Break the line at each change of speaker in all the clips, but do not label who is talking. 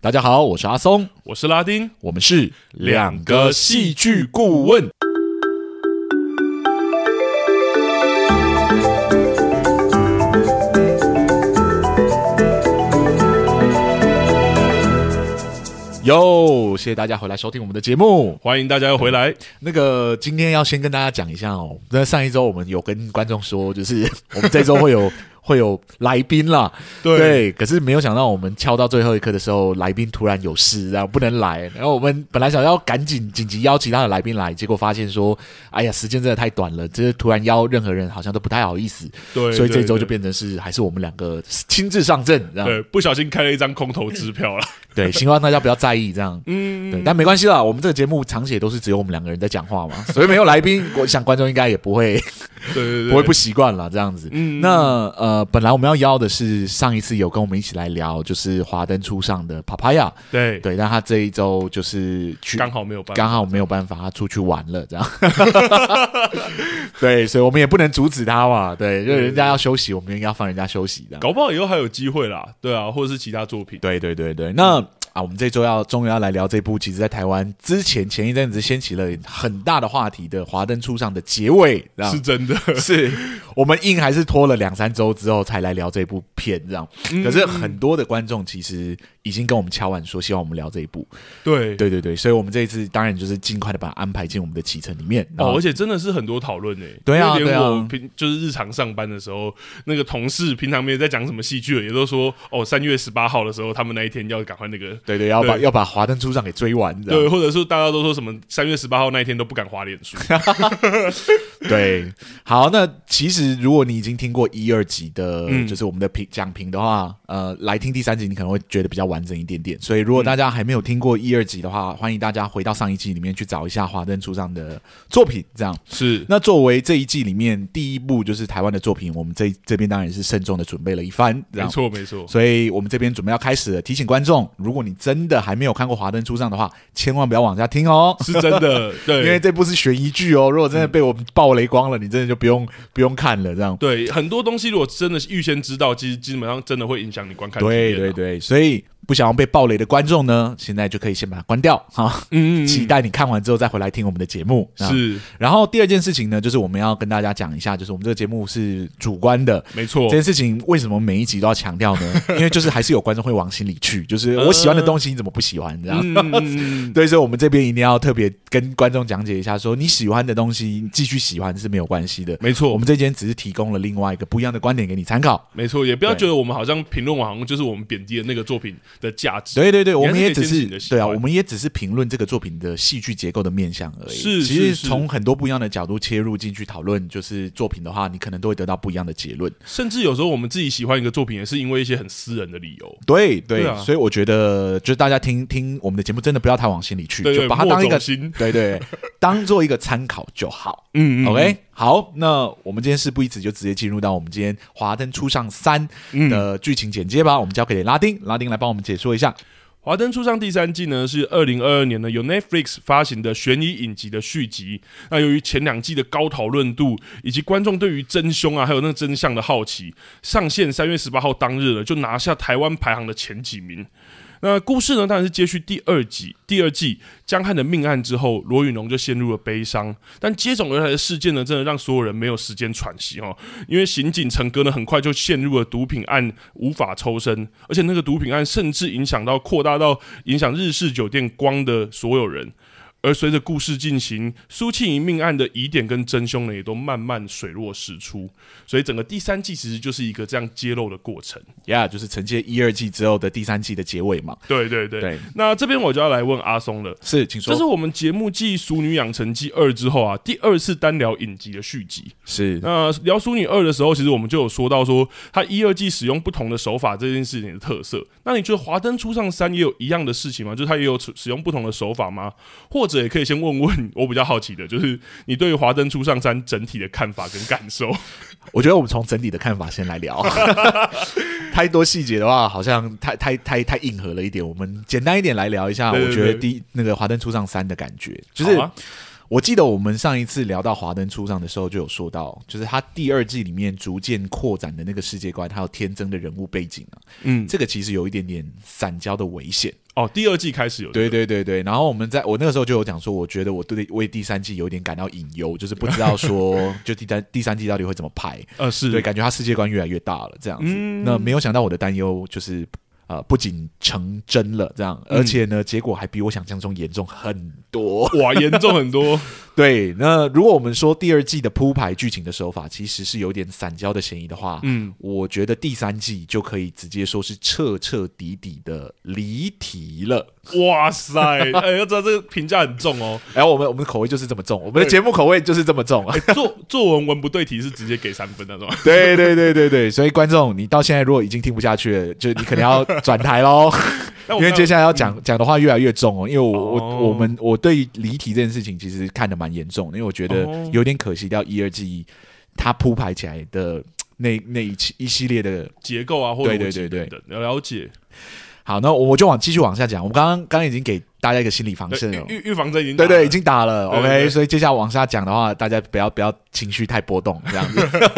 大家好，我是阿松，
我是拉丁，
我们是
两个戏剧顾问。
哟，谢谢大家回来收听我们的节目。
欢迎大家又回来。
那个今天要先跟大家讲一下哦，在上一周我们有跟观众说，就是 我们这周会有会有来宾啦，
对
可是没有想到我们敲到最后一刻的时候，来宾突然有事，然后不能来。然后我们本来想要赶紧紧急邀其他的来宾来，结果发现说，哎呀，时间真的太短了，这突然邀任何人好像都不太好意思，
对，
所以这周
对
就。变成是还是我们两个亲自上阵，这样
对，不小心开了一张空头支票了。
对，希望大家不要在意这样。嗯，对，但没关系啦，我们这个节目长写都是只有我们两个人在讲话嘛， 所以没有来宾，我想观众应该也不 会
对对对，
不会不习惯啦，这样子。
嗯
那呃，本来我们要邀的是上一次有跟我们一起来聊，就是华灯初上的 Papaya，
对，
对，但他这一周就是去
刚好没有办法。
刚好没有办法，他出去玩了，这样。 对，所以我们也不能阻止他嘛，对，就是人家要休息，我们应该要放人家休息的。
搞不好以后还有机会啦，对啊，或者是其他作品，
对对对对，那啊，我们这周要终于要来聊这部，其实在台湾之前前一阵子掀起了很大的话题的《华灯初上》的结尾，这
是
样
真的。
是我们硬还是拖了两三周之后才来聊这部片，这样。可
嗯
是很多的观众其实已经跟我们敲完说，希望我们聊这一部。
对
对对对，所以我们这一次当然就是尽快的把它安排进我们的启程里面。然
哦，
后
而且真的是很多讨论诶，
对啊
因为
对
连
啊
我平就是日常上班的时候，那个同事平常没有在讲什么戏剧的，也都说哦，三月十八号的时候，他们那一天要赶快那个，
对对，要把
对
要把《华灯初上》给追完，这样。
对，或者是大家都说什么三月十八号那一天都不敢滑脸书，
对，好，那其实如果你已经听过一二集的，
嗯
就是我们的评讲评的话，呃，来听第三集你可能会觉得比较完整一点点。所以如果大家还没有听过一二集的
嗯
话，欢迎大家回到上一季里面去找一下华灯初上的作品。这样，
是
那作为这一季里面第一部就是台湾的作品，我们这这边当然是慎重的准备了一番。这
没
样。
错没错，
所以我们这边准备要开始了，提醒观众，如果你真的还没有看过《华灯初上》的话，千万不要往下听哦。
是真 的，
因
对，
为这部是悬疑剧哦，如果真的被我们爆雷光了，你真的就不用不用看了这样。
对，很多东西如果真的是预先知道，其实基本上真的会影响你观看体
对
验啊。
对对，所以不想要被爆雷的观众呢，现在就可以先把它关掉哈，
嗯，嗯，嗯
期待你看完之后再回来听我们的节目。啊。
是
然后第二件事情呢，就是我们要跟大家讲一下，就是我们这个节目是主观的。
没错
这，件事情为什么每一集都要强调 呢？因为就是还是有观众会往心里去，就是哦我喜欢的东西你怎么不喜欢这样？
嗯嗯嗯嗯
对，所以我们这边一定要特别跟观众讲解一下，说你喜欢的东西继续喜欢是没有关系的。
没 错，
我们这间只是提供了另外一个不一样的观点给你参考。
没错，也不要
对
觉得我们好像评论网好像就是我们贬低了那个作品的价值。
对对对，我
还是
们也只
可以坚持
是
你的喜
对啊，
欢
我们也只是评论这个作品的戏剧结构的面向而已。
是
其实
是是
从很多不一样的角度切入进去讨论，就是作品的话，你可能都会得到不一样的结论。
甚至有时候我们自己喜欢一个作品，也是因为一些很私人的理由。
对对，
对啊
所以我觉得，就是大家听听我们的节目，真的不要太往心里去，
对对，
就把它当一
莫
个
走心。
对对，当做一个参考就好。
嗯嗯
OK，好，那我们今天事不宜迟，就直接进入到我们今天《华灯初上三》
嗯
的剧情简介吧。我们交给拉丁，拉丁来帮我们解说一下。
《华灯初上》第三季呢是二零二二年呢由 Netflix 发行的悬疑影集的续集。那由于前两季的高讨论度以及观众对于真凶啊还有那个真相的好奇，上线三月十八号当日呢就拿下台湾排行的前几名。那故事呢，当然是接续第二集、第二季江汉的命案之后，罗宇农就陷入了悲伤。但接踵而来的事件呢，真的让所有人没有时间喘息哦，因为刑警陈哥呢，很快就陷入了毒品案无法抽身，而且那个毒品案甚至影响到扩大到影响日式酒店光的所有人。而随着故事进行，苏庆仪命案的疑点跟真凶呢，也都慢慢水落石出。所以整个第三季其实就是一个这样揭露的过程。
Yeah，就是承接一二季之后的第三季的结尾嘛。
对对对。
对，
那这边我就要来问阿松了。
是，请
这
说。
是我们节目继《熟女养成记二》之后啊，第二次单聊影集的续集。
是
那聊《淑女二》的时候，其实我们就有说到说，它一、二季使用不同的手法这件事情的特色。那你觉得《华灯初上三》也有一样的事情吗？就是它也有使使用不同的手法吗？或者也可以先问问我比较好奇的，就是你对于《华灯初上三》整体的看法跟感受。
我觉得我们从整体的看法先来 聊， 太多细节的话，好像太太太太硬核了一点。我们简单一点来聊一下，
对对
我觉得
对
第一那个《华灯初上三》的感觉，就是
好啊
我记得我们上一次聊到《华灯初上》的时候，就有说到，就是它第二季里面逐渐扩展的那个世界观，还有天增的人物背景啊，
嗯，
这个其实有一点点散交的危险。
哦，第二季开始有
对对对对，然后我们在我那个时候就有讲说，我觉得我对为第三季有点感到隐忧，就是不知道 说就第三第三季到底会怎么拍，
呃是
对，感觉它世界观越来越大了这样子。
嗯
那没有想到我的担忧就是。呃，不仅成真了，这样，
嗯
而且呢，结果还比我想象中严重很多。
哇严重很多，
对，那如果我们说第二季的铺排剧情的手法其实是有点散交的嫌疑的话，
嗯，
我觉得第三季就可以直接说是彻彻底底的离题了。
哇塞，哎要知道这个评价很重哦，
然后我们我们的口味就是这么重，我们的
对
节目口味就是这么重。啊
哎作作文文不对题是直接给三分 那种，
对对对对对，所以观众，你到现在如果已经听不下去了，就你可能要转台喽，因
但我
为
看
接下来要讲讲的话越来越重哦。因为我
哦
我我们我对离题这件事情其实看得蛮严重的，因为我觉得
哦
有点可惜掉一二季它铺排起来的那那一系一系列的
结构啊或者
对对
逻辑
对对
等等了解，
好，那我我就往继续往下讲。我们刚刚刚刚已经给大家一个心理防
对
线了，
预预预防针已经
对
打了
对，已经打了。
对
OK，
对对
所以接下来往下讲的话，大家不要不要情绪太波动，这样 子。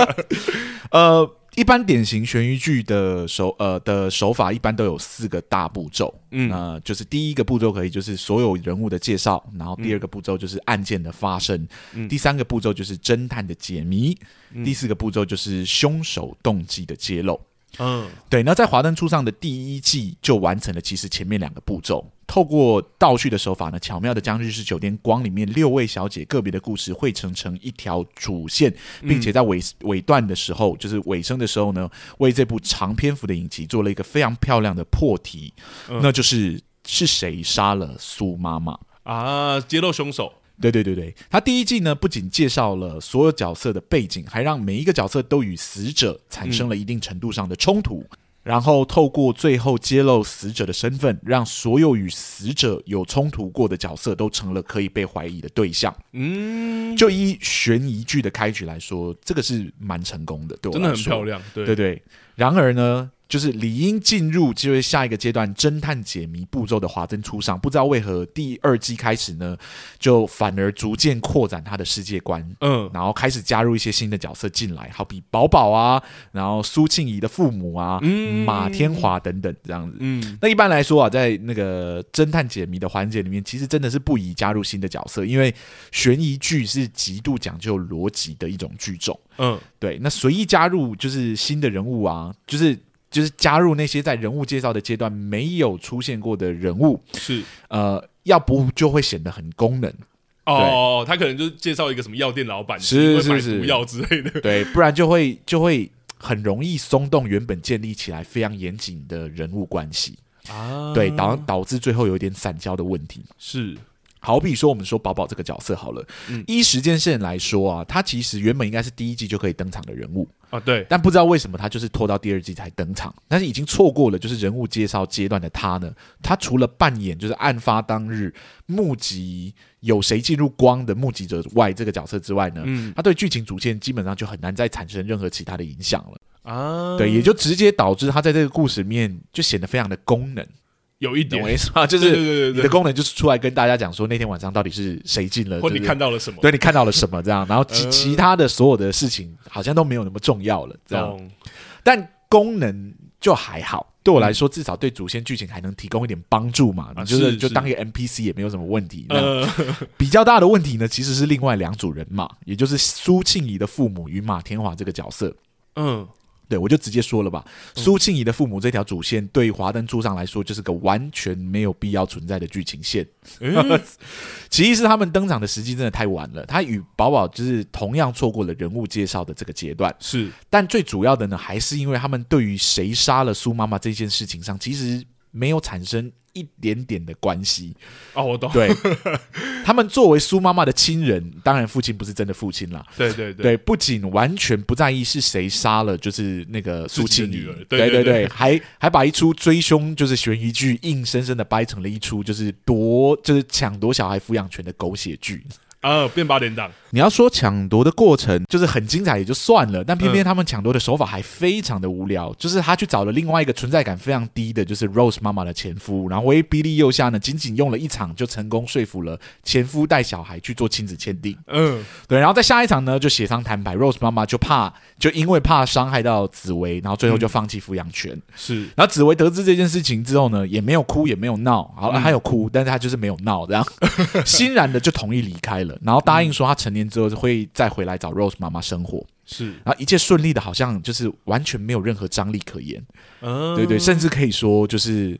呃，一般典型悬疑剧的手呃的手法，一般都有四个大步骤。
嗯
呃，就是第一个步骤可以就是所有人物的介绍，然后第二个步骤就是案件的发生，
嗯
第三个步骤就是侦探的解谜，
嗯
第四个步骤就是凶手动机的揭露。
嗯
对，那在《华灯初上》的第一季就完成了，其实前面两个步骤，透过倒叙的手法呢，巧妙的将日式酒店光里面六位小姐个别的故事汇成成一条主线，并且在尾尾段的时候，就是尾声的时候呢，为这部长篇幅的影集做了一个非常漂亮的破题，
嗯
那就是是谁杀了苏妈妈。
啊揭露凶手，
对对对对，他第一季呢不仅介绍了所有角色的背景，还让每一个角色都与死者产生了一定程度上的冲突，然后透过最后揭露死者的身份，让所有与死者有冲突过的角色都成了可以被怀疑的对象。
嗯，
就以悬疑剧的开局来说，这个是蛮成功的，对我
真的
来
很
说
漂亮，对
对对。然而呢，就是理应进入就是下一个阶段侦探解谜步骤的华灯初上，不知道为何第二季开始呢，就反而逐渐扩展他的世界观。
嗯
然后开始加入一些新的角色进来，好比宝宝啊，然后苏庆仪的父母啊，
嗯
马天华等等这样子。
嗯
那一般来说啊，在那个侦探解谜的环节里面，其实真的是不宜加入新的角色，因为悬疑剧是极度讲究逻辑的一种剧种。
嗯
对，那随意加入就是新的人物啊，就是就是加入那些在人物介绍的阶段没有出现过的人物，
是
呃，要不就会显得很功能，
哦，他可能就是介绍一个什么药店老板
是
会买
是是
毒药之类的，
对，不然就会就会很容易松动原本建立起来非常严谨的人物关系，
啊
对，导导致最后有一点散交的问题。
是
好比说，我们说宝宝这个角色好了，
嗯
依时间线来说啊，他其实原本应该是第一季就可以登场的人物，
啊，对，
但不知道为什么他就是拖到第二季才登场，但是已经错过了就是人物介绍阶段的他呢，他除了扮演就是案发当日目击有谁进入光的目击者外这个角色之外呢，
嗯
他对剧情主线基本上就很难再产生任何其他的影响了，
啊，
对，也就直接导致他在这个故事里面就显得非常的功能，
有一
懂
点
我，意思 吗？就
对对
是
对
你
对
的
对，
功能就是出来跟大家讲说那天晚上到底是谁进了，
或
就
你
是
看到了什么，
对你看到了什么这样，然后其
呃
其他的所有的事情好像都没有那么重要了，这样。
懂，
但功能就还好，对我来说，至少对主线剧情还能提供一点帮助嘛。
啊
你就是
是
就当一个 NPC 也没有什么问题。那
呃，
比较大的问题呢，其实是另外两组人嘛，也就是苏庆仪的父母与马天华这个角色。
嗯，
对，我就直接说了吧。苏庆仪的父母这条主线对华灯初上来说，就是个完全没有必要存在的剧情线。
诶
其一是他们登场的时机真的太晚了，他与宝宝就是同样错过了人物介绍的这个阶段。
是
但最主要的呢，还是因为他们对于谁杀了苏妈妈这件事情上，其实没有产生一点点的关 系。
哦，我懂，
对，他们作为苏妈妈的亲人，当然父亲不是真的父亲啦。
对对对，
对，不仅完全不在意是谁杀了，就是那个苏庆仪
自己的女儿，
对
对对
对，还还把一出追凶就是悬疑剧硬生生的掰成了一出就是夺就是抢夺小孩抚养权的狗血剧，
啊，变八点档，
你要说抢夺的过程就是很精彩也就算了，但偏偏他们抢夺的手法还非常的无聊。就是他去找了另外一个存在感非常低的，就是 Rose 妈妈的前夫，然后威逼利诱下呢，仅仅用了一场就成功说服了前夫带小孩去做亲子签订。
嗯，
对，然后在下一场呢就协商摊牌，Rose 妈妈就怕就因为怕伤害到紫薇，然后最后就放弃抚养权。
是
然后紫薇得知这件事情之后呢，也没有哭，也没有闹，好，她有哭，但是她就是没有闹，这 样欣然的就同意离开了，然后答应说她成年之后会再回来找 Rose 妈妈生活，
是，
然后一切顺利的，好像就是完全没有任何张力可言，
嗯，
对对，甚至可以说就是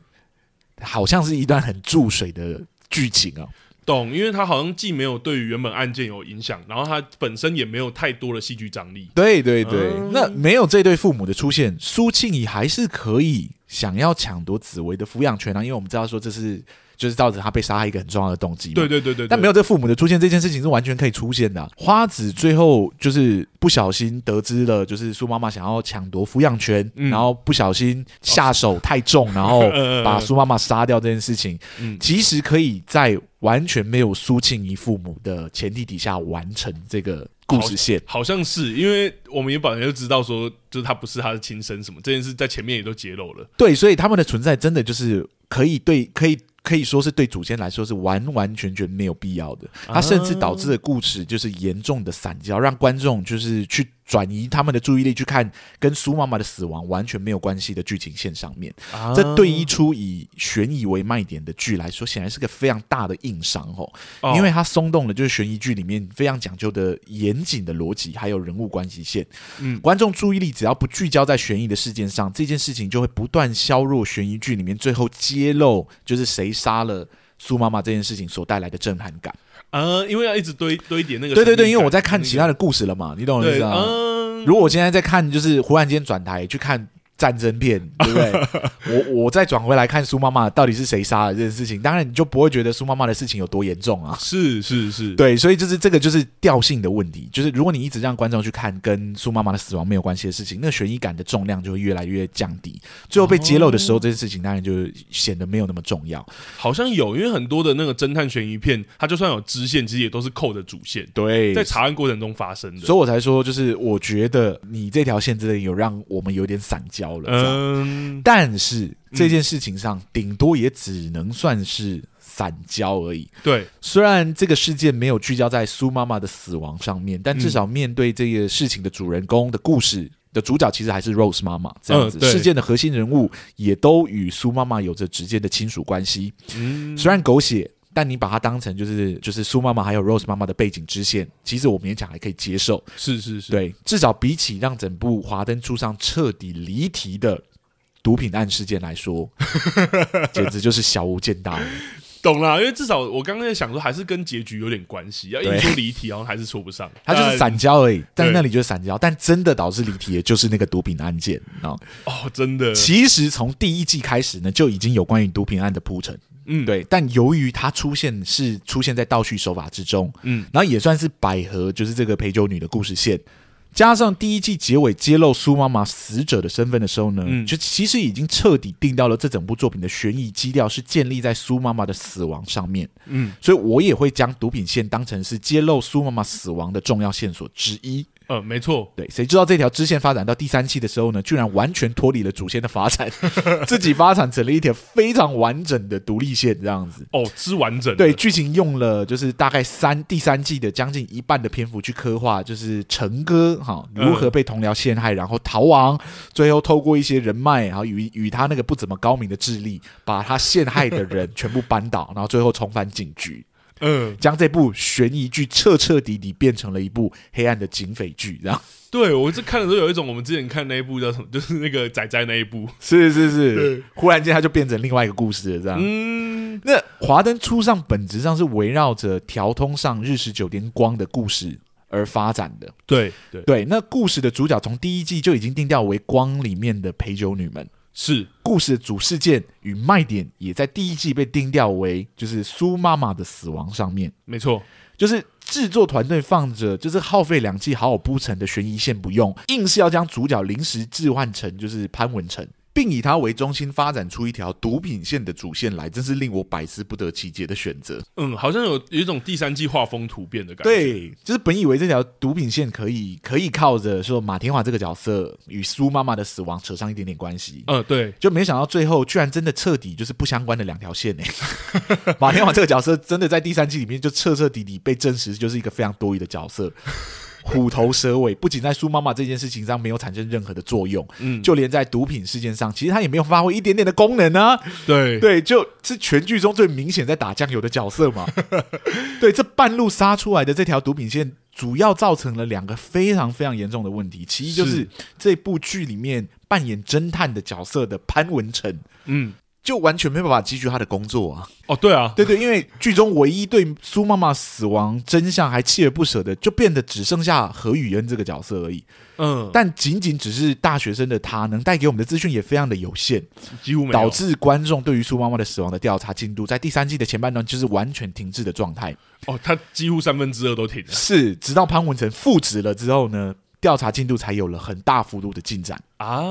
好像是一段很注水的剧情啊，
懂，因为他好像既没有对于原本案件有影响，然后他本身也没有太多的戏剧张力。
对对对，
嗯
那没有这对父母的出现，苏庆仪还是可以想要抢夺紫薇的抚养权啊，因为我们知道说这是就是造成她被杀害一个很重要的动机嘛，
对对对对，
但没
有
有这父母的出现，这件事情是完全可以出现的啊、花子最后就是不小心得知了，就是苏妈妈想要抢夺抚养权，
嗯
然后不小心下手太重，然 后把苏妈妈杀掉这件事情，
嗯
其实可以在完全没有苏庆仪父母的前提底下完成这个故事线。
好像是，因为我们也本来就知道说，就是他不是他的亲生什么这件事，在前面也都揭露了。
对，所以他们的存在真的就是可以对可以。可以说是对祖先来说是完完全全没有必要的，它甚至导致了故事就是严重的散焦，让观众就是去转移他们的注意力去看跟苏妈妈的死亡完全没有关系的剧情线上面。这对一出以悬疑为卖点的剧来说，显然是个非常大的硬伤哦，
哦
因为它松动了就是悬疑剧里面非常讲究的严谨的逻辑，还有人物关系线。
嗯
观众注意力只要不聚焦在悬疑的事件上，这件事情就会不断削弱悬疑剧里面最后揭露就是谁杀了。苏妈妈这件事情所带来的震撼感，
啊，因为要一直堆堆叠那个神秘
对
感。
对对，因为我在看其他啊
的，
的故事了嘛，你懂我意
对，
思吗？
嗯，
如果我现在在看，就是忽然间转台去看战争片，对不 对？我我再转回来看苏妈妈到底是谁杀了这件事情，当然你就不会觉得苏妈妈的事情有多严重啊。
是是是，
对，所以就是这个就是调性的问题，就是如果你一直让观众去看跟苏妈妈的死亡没有关系的事情，那个悬疑感的重量就会越来越降低，最后被揭露的时候，这件事情当然就显得没有那么重要。
好像有，因为很多的那个侦探悬疑片，它就算有支线，其实也都是扣着主线，
对
在查案过程中发生的
所。以我才说，就是我觉得你这条线真的有让我们有点散焦了。这样
嗯，
但是这件事情上，顶多也只能算是散焦而已。
对，
虽然这个事件没有聚焦在苏妈妈的死亡上面，但
嗯
至少面对这个事情的主人公的故事。的主角其实还是 Rose 妈妈这样子，
嗯对
事件的核心人物也都与苏妈妈有着直接的亲属关系。
嗯，
虽然狗血，但你把它当成就是就是苏妈妈还有 Rose 妈妈的背景支线，其实我勉强还可以接受。
是是是，
对，至少比起让整部《华灯初上》彻底离题的毒品案事件来 说，简直就是小巫见大巫。
懂啦，因为至少我刚刚在想说，还是跟结局有点关系。要
对
一说离题，好像还是说不 上。
它就是
但
散焦而已，但那里就是散焦，但真的导致离题，也就是那个毒品案件啊。
哦，真的，
其实从第一季开始呢，就已经有关于毒品案的铺陈，
嗯，，
对。但由于它出现是出现在倒叙手法之中，
嗯，
然后也算是百合，就是这个陪酒女的故事线。加上第一季结尾揭露苏妈妈死者的身份的时候呢，
嗯
就其实已经彻底定到了这整部作品的悬疑基调是建立在苏妈妈的死亡上面，
嗯，
所以我也会将毒品线当成是揭露苏妈妈死亡的重要线索之一。
呃，没错，
对，谁知道这条支线发展到第三期的时候呢，居然完全脱离了主线的发 展，自己发展成了一条非常完整的独立线，这样子。
哦，之完整的，
对，剧情用了就是大概三第三季的将近一半的篇幅去刻画，就是成哥哈如何被同僚陷害，然后逃亡，最后透过一些人脉，然后与与他那个不怎么高明的智力，把他陷害的人全部扳倒，然后最后重返警局，
嗯，
将这部悬疑剧彻彻底底变成了一部黑暗的警匪剧，然后
对我这看的时候有一种我们之前看那一部叫什么， 就是那个仔仔那一部，
是是是
对，
忽然间它就变成另外一个故事了，这样。
嗯，
那《华灯初上》本质上是围绕着调通上日式酒店光的故事而发展的。
对对
对，那故事的主角从第一季就已经定调为光里面的陪酒女们，
是，
故事的主事件与卖点也在第一季被定调为就是苏妈妈的死亡上面，
没错，
就是。制作团队放着就是耗费两季好好铺陈的悬疑线不用，硬是要将主角临时置换成就是潘文成，并以它为中心发展出一条毒品线的主线来，真是令我百思不得其解的选择。
嗯，好像有有一种第三季画风突变的感觉。，
对，就是本以为这条毒品线可以可以靠着说马天华这个角色与苏妈妈的死亡扯上一点点关系，
嗯，对，
就没想到最后居然真的彻底就是不相关的两条线 呢、马天华这个角色真的在第三季里面就彻彻底底被证实就是一个非常多余的角色，虎头蛇尾，不仅在苏妈妈这件事情上没有产生任何的作用，
嗯，
就连在毒品事件上，其实他也没有发挥一点点的功能啊。
对，
对，就是全剧中最明显在打酱油的角色 嘛。对，这半路杀出来的这条毒品线，主要造成了两个非常非常严重的问题。其一就是
是
这部剧里面扮演侦探的角色的潘文成，
嗯，
就完全没办法继续他的工作啊。
哦，对啊，
对对，因为剧中唯一对苏妈妈死亡真相还锲而不舍的，就变得只剩下何雨恩这个角色而已。
嗯，
但仅仅只是大学生的他，能带给我们的资讯也非常的有限。
几乎没有
导致观众对于苏妈妈的死亡的调查进度，在第三季的前半段就是完全停滞的状态，
哦，他几乎三分之二都停了。
是直到潘文成复职了之后呢，调查进度才有了很大幅度的进展，
啊，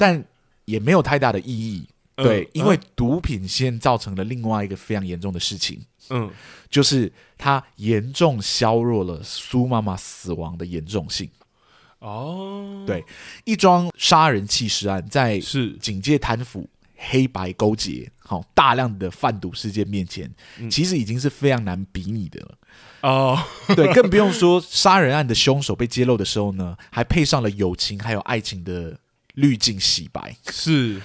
但也没有太大的意义。
嗯
对，因为
嗯
毒品线造成了另外一个非常严重的事情，
嗯
就是它严重削弱了苏妈妈死亡的严重性。
哦，
对一桩杀人弃尸案在
是
警戒贪腐、黑白勾结，好、大量的贩毒事件面前，
嗯
其实已经是非常难比拟的了。
哦，
对，更不用说杀人案的凶手被揭露的时候呢，还配上了友情还有爱情的滤镜洗白。
是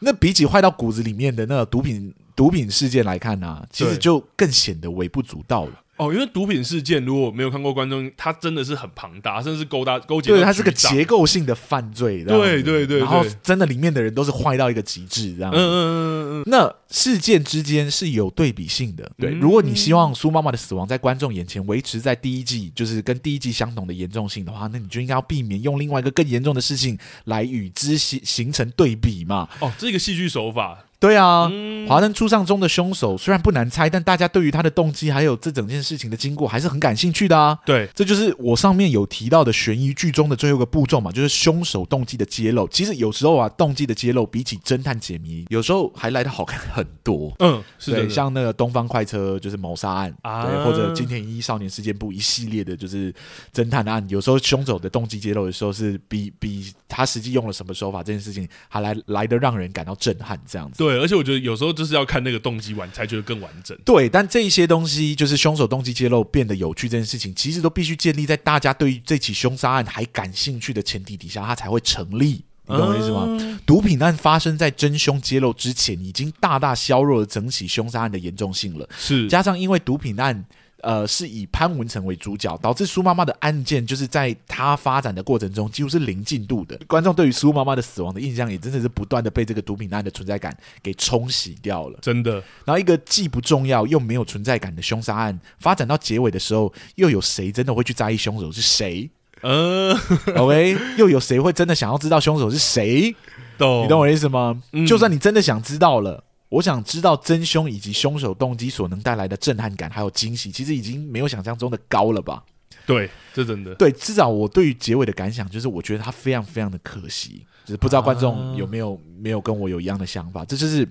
那比起坏到骨子里面的那个毒品毒品事件来看呢、啊其实
对
就更显得微不足道了。
哦，因为毒品事件如果没有看过观众，它真的是很庞大，甚至是勾搭勾结到
对，
局长，
它是个结构性的犯罪。这样
对
子
对对
然后
对
真的里面的人都是坏到一个极致，这样
嗯，
子。
嗯嗯嗯嗯嗯，
那事件之间是有对比性的，对。
嗯
如果你希望苏妈妈的死亡在观众眼前维持在第一季，就是跟第一季相同的严重性的话，那你就应该要避免用另外一个更严重的事情来与之形形成对比嘛。
哦，这是一个戏剧手法，
对啊，
嗯
华灯初上中的凶手虽然不难猜，但大家对于他的动机还有这整件事情的经过还是很感兴趣的啊。
对，
这就是我上面有提到的悬疑剧中的最后一个步骤嘛，就是凶手动机的揭露。其实有时候啊，动机的揭露比起侦探解谜，有时候还来得好看很多。
嗯，是
对，
的，
像那个东方快车就是谋杀案，
啊
对，或者金田一少年事件簿一系列的就是侦探案，有时候凶手的动机揭露的时候是比比他实际用了什么手法这件事情还来来的让人感到震撼这样子。
对，而且我觉得有时候就是要看那个动机完才觉得更完整。
对，但这一些东西就是凶手动机揭露变得有趣这件事情，其实都必须建立在大家对于这起凶杀案还感兴趣的前提底下，它才会成立。你懂我意思吗？
嗯
毒品案发生在真凶揭露之前，已经大大削弱了整起凶杀案的严重性了。
是，
加上因为毒品案，呃，是以潘文成为主角，导致苏妈妈的案件就是在她发展的过程中几乎是零进度的。观众对于苏妈妈的死亡的印象也真的是不断的被这个毒品案的存在感给冲洗掉了。
真的，
然后一个既不重要又没有存在感的凶杀案，发展到结尾的时候，又有谁真的会去在意凶手是谁
嗯，
？OK，又有谁会真的想要知道凶手是谁？
懂，
你懂我意思吗？
哦嗯
就算你真的想知道了，我想知道真凶以及凶手动机所能带来的震撼感还有惊喜，其实已经没有想象中的高了吧？
对，这真的，
对，至少我对于结尾的感想就是，我觉得它非常非常的可惜，就是不知道观众
啊
有没有、没有跟我有一样的想法，这就是。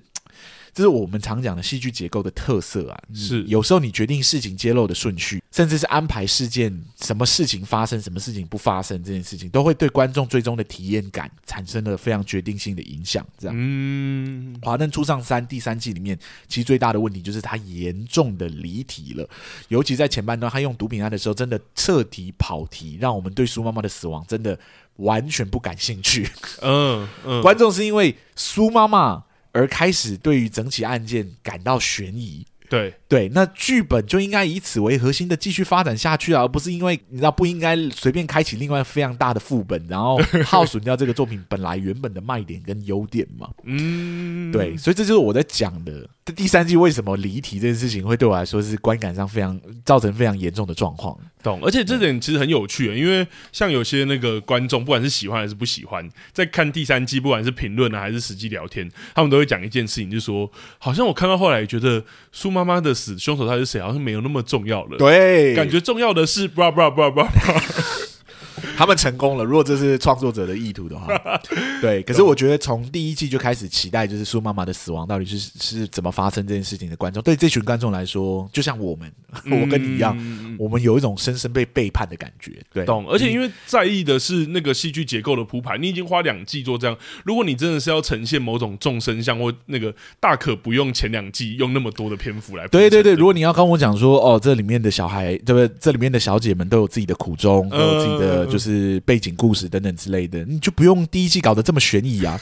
这是我们常讲的戏剧结构的特色啊，嗯
是
有时候你决定事情揭露的顺序，甚至是安排事件什么事情发生，什么事情不发生这件事情，都会对观众最终的体验感产生了非常决定性的影响。这样，
嗯，
《华灯初上三》第三季里面，其实最大的问题就是它严重的离题了，尤其在前半段，他用毒品案的时候，真的彻底跑题，让我们对苏妈妈的死亡真的完全不感兴趣。
嗯嗯，
观众是因为苏妈妈而开始对于整起案件感到悬疑。
对，
对，那剧本就应该以此为核心的继续发展下去啊，而不是因为你知道不应该随便开启另外非常大的副本，然后耗损掉这个作品本来原本的卖点跟优点嘛。
嗯，
对，，所以这就是我在讲的这第三季为什么离题这件事情会对我来说是观感上非常造成非常严重的状况。
懂，而且
嗯
这点其实很有趣，因为像有些那个观众，不管是喜欢还是不喜欢，在看第三季，不管是评论啊还是实际聊天，他们都会讲一件事情，就是说，好像我看到后来也觉得苏妈妈的死，凶手他是谁，好像没有那么重要了。
对
感觉重要的是，bra bra bra bra，
他们成功了。如果这是创作者的意图 的话，对。可是我觉得从第一季就开始期待，就是苏妈妈的死亡到底是是怎么发生这件事情的观众，对这群观众来说，就像我们， 我跟你一样，
嗯
我们有一种深深被背叛的感觉。对，
懂，而且因为在意的是那个戏剧结构的铺排，你已经花两季做这样。如果你真的是要呈现某种众生相或那个，大可不用前两季用那么多的篇幅来铺
对对
陈。
对，如果你要跟我讲说，哦，这里面的小孩，对不对？这里面的小姐们都有自己的苦衷，都有自己的
嗯
就是背景故事等等之类的，你就不用第一季搞得这么悬疑 啊。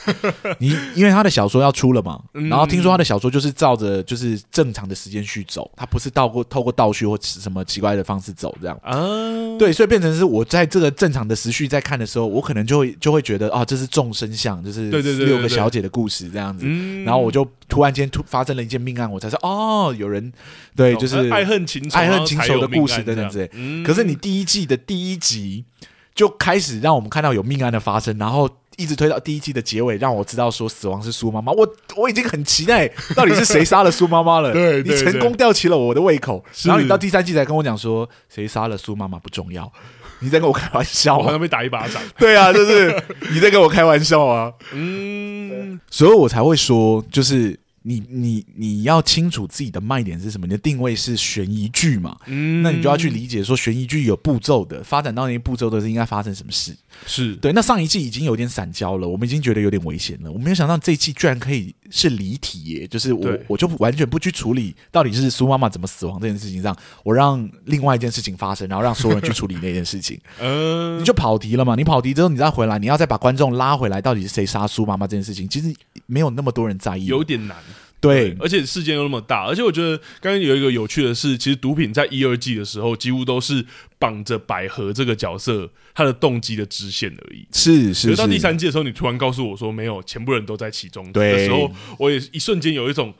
你因为他的小说要出了嘛，
嗯
然后听说他的小说就是照着就是正常的时间去走，他不是倒过透过倒叙或什么奇怪的方式走这样。
啊，
对，所以变成是我在这个正常的时序在看的时候，我可能就会就会觉得啊，这是众生相，就是
对对对对
六个
对
小姐的故事这样子。
嗯
然后我就突然间突发生了一件命案，我才说哦，有人对，
懂呃
就是
爱恨情仇，
爱恨
然后
情
才
仇
有
的
命
故事
案
等等
这
之
样嗯
可是你第一季的第一集就开始让我们看到有命案的发生，然后一直推到第一季的结尾，让我知道说死亡是苏妈妈。我我已经很期待到底是谁杀了苏妈妈了。
对对
你成功吊起了我的胃口。
是
然后你到第三季才跟我讲说谁杀了苏妈妈不重要，你在跟我开玩笑
我好
啊？
像被打 一巴掌。
对啊，就是你在跟我开玩笑啊。
嗯，
所以我才会说，就是你你你要清楚自己的卖点是什么，你的定位是悬疑剧嘛，
嗯
那你就要去理解说悬疑剧有步骤的，发展到那些步骤的是应该发生什么事。
是
对，那上一季已经有点散焦了，我们已经觉得有点危险了。我没有想到这一季居然可以是离题耶，就是我
对
我就完全不去处理到底是苏妈妈怎么死亡这件事情上，我让另外一件事情发生，然后让所有人去处理那件事情。
嗯，
你就跑题了嘛？你跑题之后，你再回来，你要再把观众拉回来，到底是谁杀苏妈妈这件事情，其实没有那么多人在意。
有点难。
对
而且事件又那么大，而且我觉得刚刚有一个有趣的是，其实毒品在一二季的时候，几乎都是绑着百合这个角色他的动机的支线而已。
是
可
是
是到
是
第三季的时候，你突然告诉我说没有，全部人都在其中
对
的时候，我也一瞬间有一种，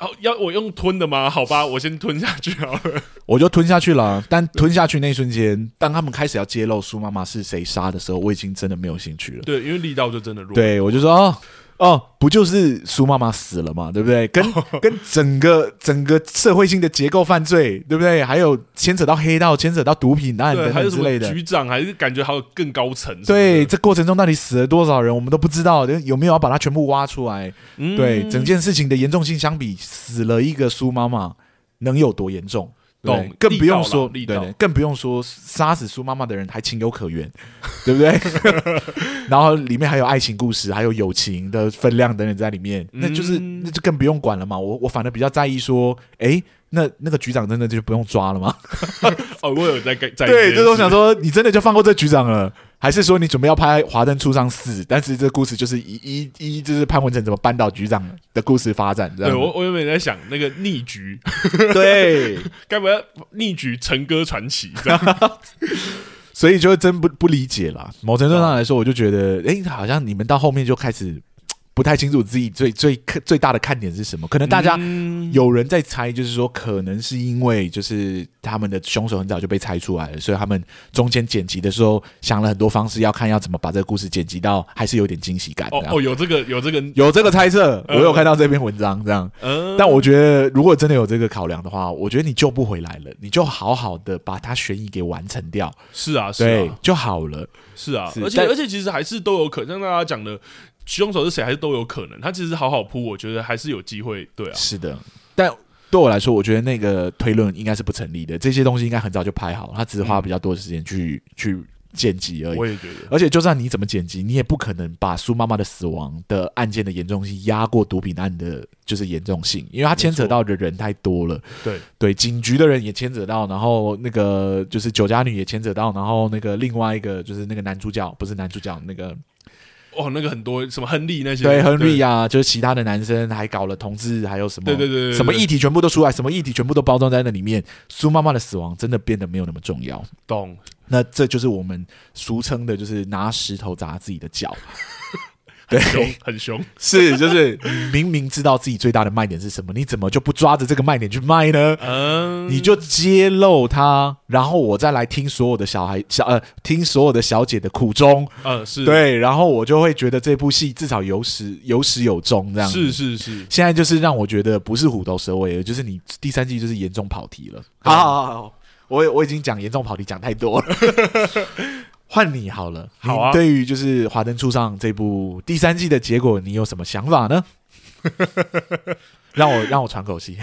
哦，要我用吞的吗？好吧，我先吞下去好 了。
我就吞下去了。但吞下去那一瞬间，当他们开始要揭露苏妈妈是谁杀的时候，我已经真的没有兴趣了。
对，因为力道就真的弱。，
对我就说哦。哦，不就是苏妈妈死了嘛，对不 对？跟、跟整个整个社会性的结构犯罪，对不对？还有牵扯到黑道、牵扯到毒品案
对，
等
还
等
有什
之
么
类的。
局长，还是感觉还有更高层什么的。
对，这过程中到底死了多少人，我们都不知道，有没有要把它全部挖出来？
嗯
对，整件事情的严重性相比，死了一个苏妈妈能有多严重？对
懂
更不用说，
力
对
道啦力道
对，更不用说杀死苏妈妈的人还情有可原， 对不对？然后里面还有爱情故事，还有友情的分量等等在里面，那就是
嗯
那就更不用管了嘛。我我反而比较在意说，诶，那那个局长真的就不用抓了吗？
哦，我有在在在
对，就是我想
想。
说，你真的就放过这局长了，还是说你准备要拍《华灯初上四》？但是这故事就是一一一就是潘文成怎么扳倒局长的故事发展，这
对
样
我，我原本在想那个逆局，
对，
该不会逆局成歌传奇这样？
所以就真不不理解啦。某程度上来说，我就觉得，诶，好像你们到后面就开始嘖不太清楚自己最最最大的看点是什么，可 能大家。
嗯
有人在猜，就是说，可能是因为就是他们的凶手很早就被猜出来了，所以他们中间剪辑的时候想了很多方式，要看要怎么把这个故事剪辑到还是有点惊喜感的
哦
啊。
哦，有这个有这个，
有这个猜测，我
嗯
有看到这篇文章这样。
嗯，
但我觉得，如果真的有这个考量的话，我觉得你救不回来了，你就好好的把它悬疑给完成掉，
是啊是
对
啊
就好了。
是啊，
是
而且
但
而且其实还是都有可能，像大家讲的，凶手是谁还是都有可能。他其实好好铺，我觉得还是有机会。对啊，
是的，但对我来说，我觉得那个推论应该是不成立的。这些东西应该很早就拍好了，他只是花比较多的时间去、去剪辑而已
嗯我。也觉得
而且，就算你怎么剪辑，你也不可能把苏妈妈的死亡的案件的严重性压过毒品案的，就是严重性，因为它牵扯到的人太多了。
对
对，警局的人也牵扯到，然后那个就是酒家女也牵扯到，然后那个另外一个就是那个男主角，不是男主角，那个
哦，那个很多什么亨利那些，
对亨利啊，就是其他的男生还搞了同志，还有什么
对，对对对对，对
什么议题全部都出来，什么议题全部都包装在那里面。苏妈妈的死亡真的变得没有那么重要。
懂？
那这就是我们俗称的，就是拿石头砸自己的 脚。
很凶很凶，
是，就是你明明知道自己最大的卖点是什么，你怎么就不抓着这个卖点去卖呢？
嗯，
你就揭露它，然后我再来听所有的小孩小呃，听所有的小姐的苦衷，
呃是，
对，然后我就会觉得这部戏至少有始有始有终这样。
是，是是，
现在就是让我觉得不是虎头蛇尾了，就是你第三季就是严重跑题了。
对
好好好好，我我已经讲严重跑题讲太多了。 换你好了，你
好啊
对于就是《华灯初上》这部第三季的结果，你有什么想法 呢？让我让我喘口气。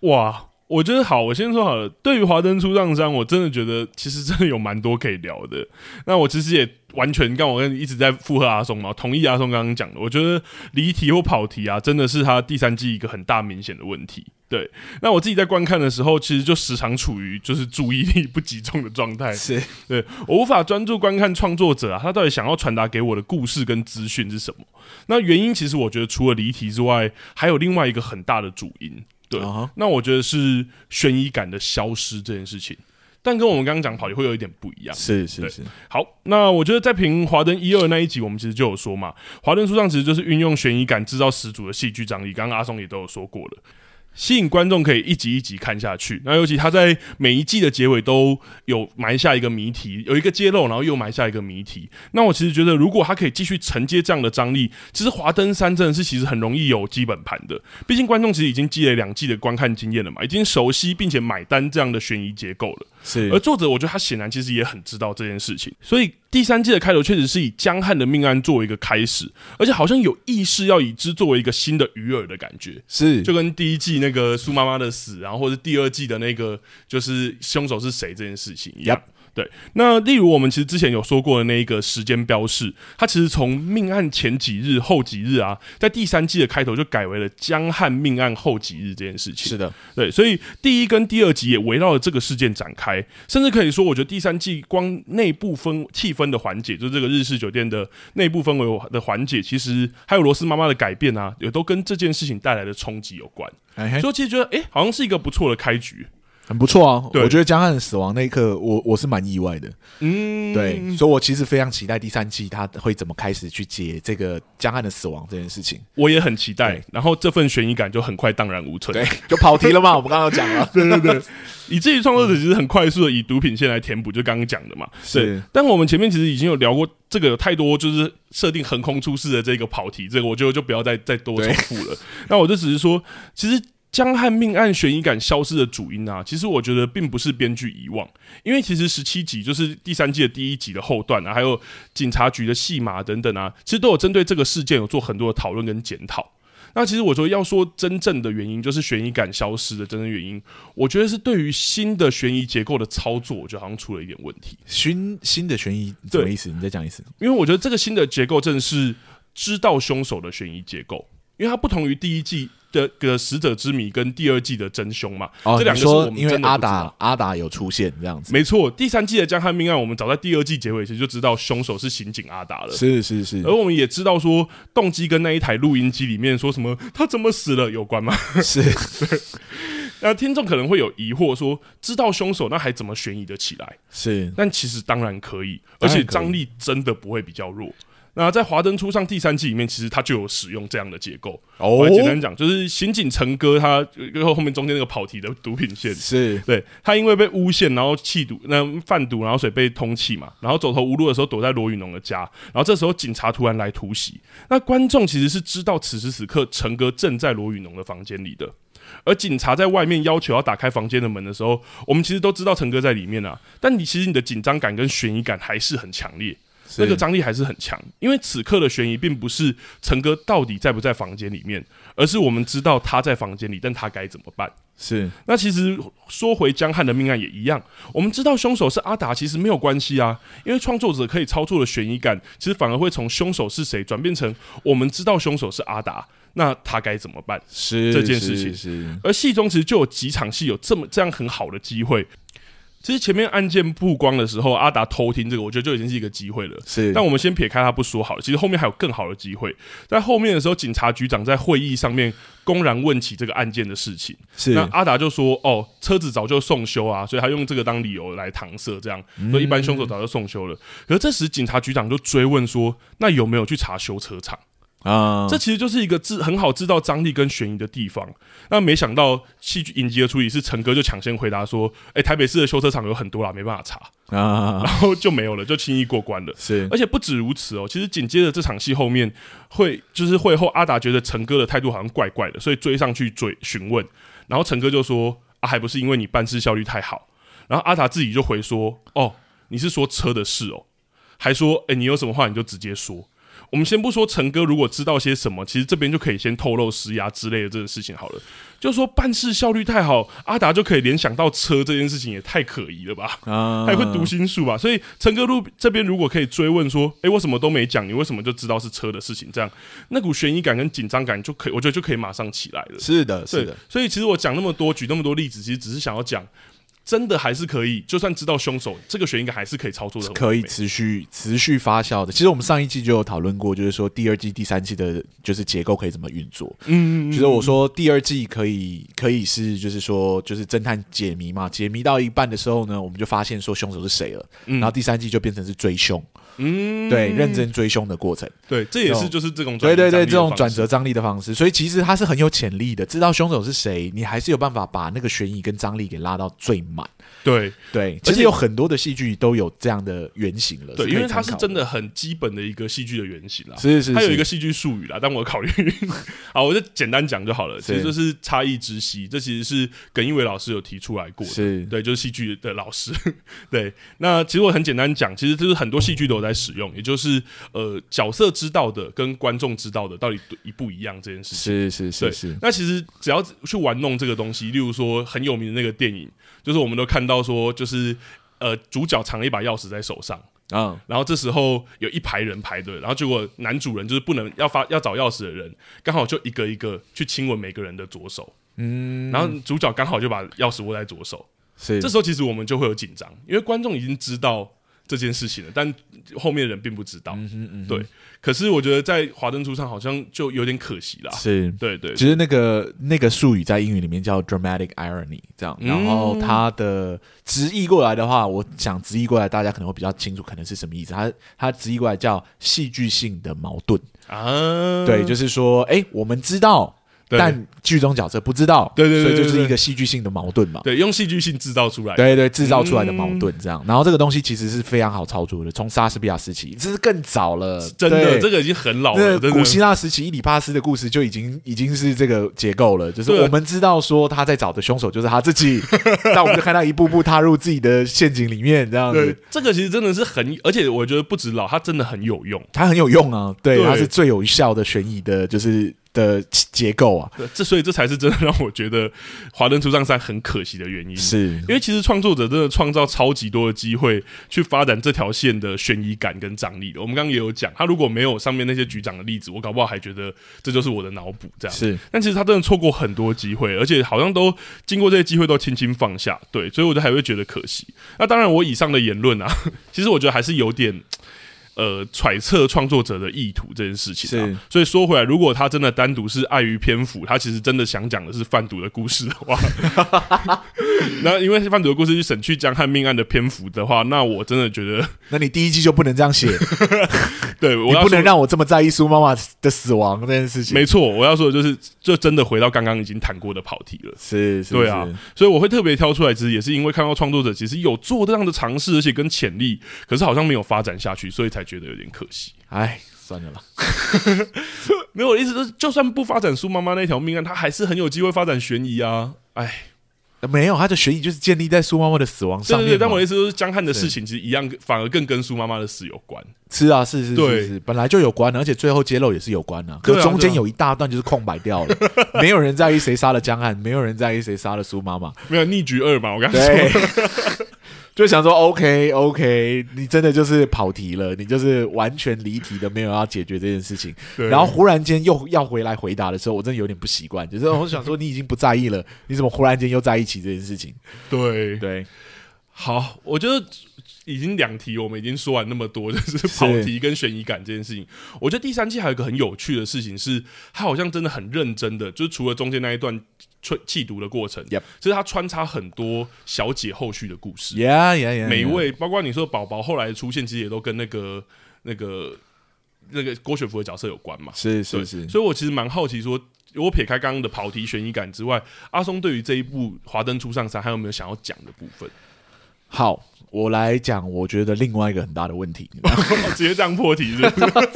哇，我觉得好，我先说好了。对于《华灯初上》三，我真的觉得其实真的有蛮多可以聊的。那我其实也呃完全刚我跟一直在附和阿松嘛，同意阿啊松刚刚讲的。我觉得离题或跑题啊，真的是他第三季一个很大明显的问题。对，那我自己在观看的时候，其实就时常处于就是注意力不集中的状 态，
是，
对我无法专注观看创作者啊，他到底想要传达给我的故事跟资讯是什么？那原因其实我觉得除了离题之外，还有另外一个很大的主因。对
啊哈
那我觉得是悬疑感的消失这件事情，但跟我们刚刚讲跑题会有一点不一样。
是是
对
是，
好，那我觉得在评《华灯一二》那一集，我们其实就有说嘛，《华灯初上》其实就是运用悬疑感制造十足的戏剧张力，刚刚阿松也都有说过了。吸引观众可以一集一集看下去，那尤其他在每一季的结尾都有埋下一个谜题，有一个揭露，然后又埋下一个谜题。那我其实觉得，如果他可以继续承接这样的张力，其实《华灯三》真的是其实很容易有基本盘的。毕竟观众其实已经积累两季的观看经验了嘛，已经熟悉并且买单这样的悬疑结构了。而
是
作者，我觉得他显然其实也很知道这件事情，所以第三季的开头确实是以江汉的命案作为一个开始，而且好像有意识要以之作为一个新的鱼饵的感觉，
是，
就跟第一季那个苏妈妈的死，然后或者第二季的那个就是凶手是谁这件事情一样。
Yep
对，那例如我们其实之前有说过的那一个时间标示，它其实从命案前几日、后几日啊，在第三季的开头就改为了江汉命案后几日这件事情。
是的，
对，所以第一跟第二集也围绕着这个事件展开，甚至可以说，我觉得第三季光内部氛气氛的环节，就是这个日式酒店的内部氛围的环节，其实还有罗斯妈妈的改变啊，也都跟这件事情带来的冲击有关。
哎嘿
所以我其实觉得，哎、好像是一个不错的开局。
很不错啊。
对
我觉得江汉死亡那一刻，我我是蛮意外的。
嗯，
对，所以我其实非常期待第三季他会怎么开始去解这个江汉的死亡这件事情。
我也很期待
对。
然后这份悬疑感就很快荡然无存。
对，就跑题 了嘛，我们刚刚有讲了。对对对，
以至于创作者其实很快速的以毒品线来填补，就刚刚讲的嘛。
是
对，但我们前面其实已经有聊过这个有太多就是设定横空出世的这个跑题，这个我觉得就不要再再多重复了。那我就只是说，其实。江汉命案悬疑感消失的主因啊，其实我觉得并不是编剧遗忘，因为其实十七集就是第三季的第一集的后段啊，还有警察局的戏码等等啊，其实都有针对这个事件有做很多的讨论跟检讨。那其实我说要说真正的原因，就是悬疑感消失的真正原因，我觉得是对于新的悬疑结构的操作，我觉得好像出了一点问题。
新新的悬疑什么意思？你再讲一次。
因为我觉得这个新的结构正是知道凶手的悬疑结构，因为它不同于第一季的的死者之谜跟第二季的真凶嘛，
哦，
这两
你
个是我
说
们
因为
真的
阿
不知
达
道。
阿达有出现这样子，
没错，第三季的江汉命案，我们早在第二季结尾其实就知道凶手是刑警阿达了。
是是是
而我们也知道说，动机跟那一台录音机里面说什么他怎么死了有关吗？
是，
那听众可能会有疑惑说，知道凶手那还怎么悬疑的起来？
是
但其实当然可以，而
当然可以
且张力真的不会比较弱。那在《华灯初上》第三季里面，其实它就有使用这样的结构。我
哦
来简单讲，就是刑警陈哥他呃后面中间那个跑题的毒品线，
是
对他因为被诬陷，然后弃毒，那贩毒，然后所以被通缉嘛，然后走投无路的时候躲在罗宇农的家，然后这时候警察突然来突袭，那观众其实是知道此时此刻陈哥正在罗宇农的房间里的。而警察在外面要求要打开房间的门的时候，我们其实都知道陈哥在里面啊，但你其实你的紧张感跟悬疑感还是很强烈，
是
那个张力还是很强，因为此刻的悬疑并不是陈哥到底在不在房间里面，而是我们知道他在房间里，但他该怎么办？
是
那其实说回江汉的命案也一样，我们知道凶手是阿达，其实没有关系啊，因为创作者可以操作的悬疑感，其实反而会从凶手是谁转变成我们知道凶手是阿达，那他该怎么办？
是
这件事情
是是
而戏中其实就有几场戏有这么这样很好的机会。其实前面案件曝光的时候，阿达偷听这个，我觉得就已经是一个机会了。
是，
但我们先撇开他不说好了，其实后面还有更好的机会。在后面的时候，警察局长在会议上面公然问起这个案件的事情，
是
那阿达就说：“哦，车子早就送修啊，所以他用这个当理由来搪塞，这样，所以一般凶手早就送修了。可是这时警察局长就追问说：“那有没有去查修车厂？”
啊，
这其实就是一个制很好制造张力跟悬疑的地方。那没想到戏剧影集的处理是陈哥就抢先回答说：“哎，台北市的修车厂有很多啦，没办法查。”
啊
然后就没有了，就轻易过关了。
是
而且不止如此哦，其实紧接着这场戏后面会就是会后，阿达觉得陈哥的态度好像怪怪的，所以追上去追询问，然后陈哥就说：“啊，还不是因为你办事效率太好。”然后阿达自己就回说：“哦，你是说车的事哦，还说哎、你有什么话你就直接说。我们先不说陈哥如果知道些什么，其实这边就可以先透露施压之类的这个事情好了。就说办事效率太好，阿达就可以联想到车这件事情，也太可疑了吧？
啊
哎还会读心术吧？所以陈哥路这边如果可以追问说，诶、我什么都没讲，你为什么就知道是车的事情？这样那股悬疑感跟紧张感就可以，我觉得就可以马上起来了。
是的，
对
是的，，
所以其实我讲那么多，举那么多例子，其实只是想要讲，真的还是可以，就算知道凶手，这个悬疑感还是可以操作的，
可以持续持续发酵的。其实我们上一季就有讨论过，就是说第二季、第三季的，就是结构可以怎么运作。
嗯，嗯，嗯
就是我说第二季可以可以是，就是说就是侦探解谜嘛，解谜到一半的时候呢，我们就发现说凶手是谁了，
嗯
然后第三季就变成是追凶，
嗯，
对，认真追凶的过程。
对，这也是就是这种转
对
移
对对，
张力的
这种
方
转
式
折张力的方式，所以其实它是很有潜力的。知道凶手是谁，你还是有办法把那个悬疑跟张力给拉到最满。
对
对，
且
其实有很多的戏剧都有这样的原型了。
对，
可以
因为它是
参考
真，的很基本的一个戏剧的原型啦。啊
是是，
它有一
是
个戏剧术语啦，但我考虑 好，我就简单讲就好了。其实
是
就是差异之息，这其实是耿一伟老师有提出来过的。
是
对，就是戏剧的老师。 对，那其实我很简单讲，其实就是很多戏剧都有在使用，也就是呃，角色知道的跟观众知道的到底一不一样这件事
是
情。
是
对
是是，
那其实只要去玩弄这个东西，例如说很有名的那个电影，就是我们都看到说，就是呃，主角藏了一把钥匙在手上。
嗯，
然后这时候有一排人排队，然后结果男主人就是不能要发要找钥匙的人，刚好就一个一个去亲吻每个人的左手，嗯，然后主角刚好就把钥匙握在左手，
是
这时候其实我们就会有紧张，因为观众已经知道这件事情了，但后面的人并不知道，
嗯
对。可是我觉得在华灯初上好像就有点可惜啦，
是。
对对
其实那个那个术语在英语里面叫 dramatic irony，这
嗯
样，然后它的直译过来的话，我想直译过来大家可能会比较清楚，可能是什么意思。它它直译过来叫戏剧性的矛盾，
啊，
对，就是说，哎，我们知道，
对
但剧中角色不知道，
对对
所
对
以就
对
是
对
一个戏剧性的矛盾嘛。
对用戏剧性制造出来，
对对，制造出来的矛盾这样，然后这个东西其实是非常好操作的，从莎士比亚时期，这是更早了，
真的
对
这个已经很老
那
了，真
古
的
希腊时期伊里帕斯的故事就已经已经是这个结构了，就是
对
我们知道说他在找的凶手就是他自 己，但我们就看他一步步踏入自己的陷阱里面，这样
对
子，，
这个其实真的是很，而且我觉得不止老，它真的很有用。
他很有用啊，对，
对
他是最有效的悬疑的，就是的结构啊，
对这所以这才是真的让我觉得《华灯初上三》很可惜的原因。
是
因为其实创作者真的创造超级多的机会去发展这条线的悬疑感跟张力的。我们刚刚也有讲，他如果没有上面那些局长的例子，我搞不好还觉得这就是我的脑补这样。
是
但其实他真的错过很多机会，而且好像都经过这些机会都轻轻放下，对，所以我就还会觉得可惜。那当然，我以上的言论啊， 其实我觉得还是有点。呃，揣测创作者的意图这件事情、
是
啊，所以说回来，如果他真的单独是碍于篇幅，他其实真的想讲的是贩毒的故事的话， 那因为贩毒的故事去省去江汉命案的篇幅的话，那我真的觉得，
那你第一季就不能这样写，
对我
你
要
不
说
能让我这么在意苏妈妈的死亡这件事情，
没错，我要说的就是，这真的回到刚刚已经谈过的跑题了。
是，是
对啊
是
所以我会特别挑出来，其实也是因为看到创作者其实有做这样的尝试，而且跟潜力，可是好像没有发展下去，所以才觉得有点可惜。
哎，算了啦，
没有，我的意思就是，就算不发展苏妈妈那条命案，他还是很有机会发展悬疑啊。哎，
呃没有，他的悬疑就是建立在苏妈妈的死亡
对
上面
对对，
嘛，
但我的意思就是，江汉的事情其实一样，反而更跟苏妈妈的死有关。
是啊，是是
对
是是，本来就有关的，而且最后揭露也是有关的、
对啊
可
啊
中间
对啊
有一大段就是空白掉了， 没有人在意谁杀了江汉，没有人在意谁杀了苏妈 妈，
没有逆局二嘛？我刚刚说
对， 就想说 OK OK，你真的就是跑题了，你就是完全离题的，没有要解决这件事情，
对
然后忽然间又要回来回答的时候，我真的有点不习惯，就是哦我想说你已经不在意了，你怎么忽然间又在一起这件事情？
对
对，
好，我觉得已经两题我们已经说完那么多，就是跑题跟悬疑感这件事情。我觉得第三季还有一个很有趣的事情是，他好像真的很认真的，就是除了中间那一段吹气毒的过程
Yep
就是他穿插很多小姐后续的故事。
呀呀呀，
每一位，包括你说宝宝后来的出现，其实也都跟那个那个那个郭雪芙的角色有关嘛。
是是
对
是，
所以我其实蛮好奇说。如果撇开刚刚的跑题悬疑感之外，阿松对于这一部《华灯初上三》还有没有想要讲的部分？
好，我来讲，我觉得另外一个很大的问题。
直接这样破题是不是？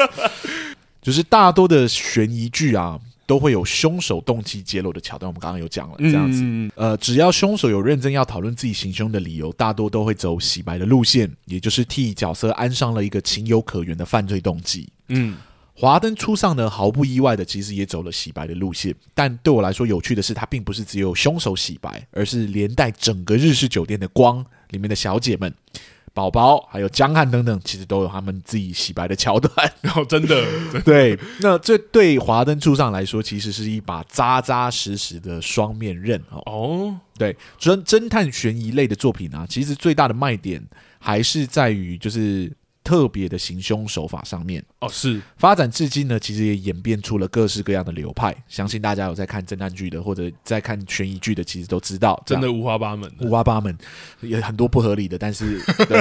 就是大多的悬疑剧啊，都会有凶手动机揭露的桥段，我们刚刚有讲了，这样子。
嗯
呃，只要凶手有认真要讨论自己行凶的理由，大多都会走洗白的路线，也就是替角色安上了一个情有可原的犯罪动机。
嗯，
华灯初上呢，毫不意外的，其实也走了洗白的路线。但对我来说有趣的是，它并不是只有凶手洗白，而是连带整个日式酒店的光里面的小姐们、宝宝，还有江汉等等，其实都有他们自己洗白的桥段。
然后真的，真的
对，那这对华灯初上来说，其实是一把扎扎实实的双面刃哦。
哦，
对，侦侦探悬疑类的作品啊，其实最大的卖点还是在于就是特别的行凶手法上面。
哦是，
发展至今呢，其实也演变出了各式各样的流派。相信大家有在看侦探剧的，或者在看悬疑剧的，其实都知道，
真
这
的
样
啊五花八门的
五花八门，也很多不合理的，但 是对，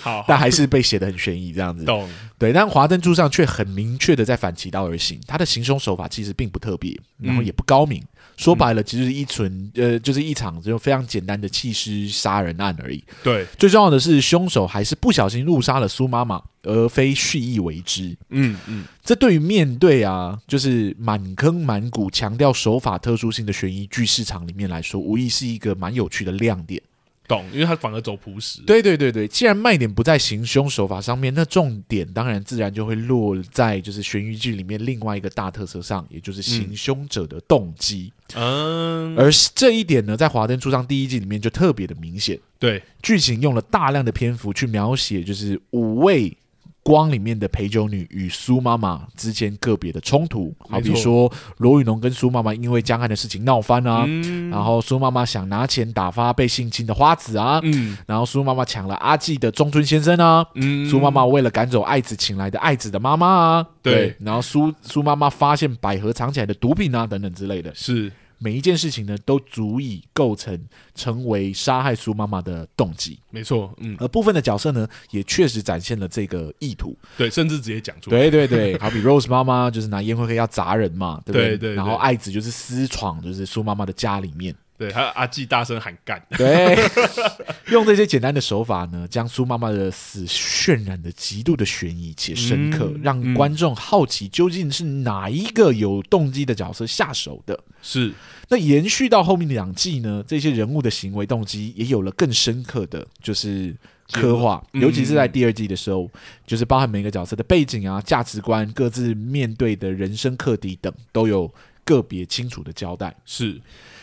好，
但还是被写的很悬疑这样子。
懂，
对，但华灯初上却很明确的在反其道而行，他的行凶手法其实并不特别，
嗯
然后也不高明。说白了，其实一纯呃，就是一场就非常简单的弃尸杀人案而已。
对，
最重要的是，凶手还是不小心误杀了苏妈妈，而非蓄意为之。
嗯嗯，
这对于面对啊，就是满坑满谷、强调手法特殊性的悬疑剧市场里面来说，无疑是一个蛮有趣的亮点。
懂，因为他反而走朴实，
对对对对，既然卖点不在行凶手法上面，那重点当然自然就会落在就是悬疑剧里面另外一个大特色上，也就是行凶者的动机。
嗯，
而这一点呢，在《华灯初上》第一季里面就特别的明显，
对，
剧情用了大量的篇幅去描写，就是五位。光里面的陪酒女与苏妈妈之间个别的冲突，好比
没错
说罗宇农跟苏妈妈因为江汉的事情闹翻啊，
嗯
然后苏妈妈想拿钱打发被性侵的花子啊，
嗯
然后苏妈妈抢了阿纪的中村先生啊，
嗯，
苏妈妈为了赶走爱子请来的爱子的妈妈啊，
对
然后苏苏妈妈发现百合藏起来的毒品啊等等之类的，
是，
每一件事情呢都足以构成成为杀害苏妈妈的动机，
没错，嗯，
呃而部分的角色呢也确实展现了这个意图，
对，甚至直接讲出来，
对对对， 好比 Rose 妈妈就是拿烟灰黑要砸人嘛，对不
对对对
然后爱子就是私闯就是苏妈妈的家里面。
对，还有阿纪大声喊干，
对， 用这些简单的手法呢，将苏妈妈的死渲染的极度的悬疑且深刻，
嗯
让观众好奇究竟是哪一个有动机的角色下手的。
是，
那延续到后面两季呢，这些人物的行为动机也有了更深刻的，就是。刻画，
嗯
尤其是在第二季的时候，就是包含每个角色的背景啊、价值观、各自面对的人生课题等，都有个别清楚的交代。
是，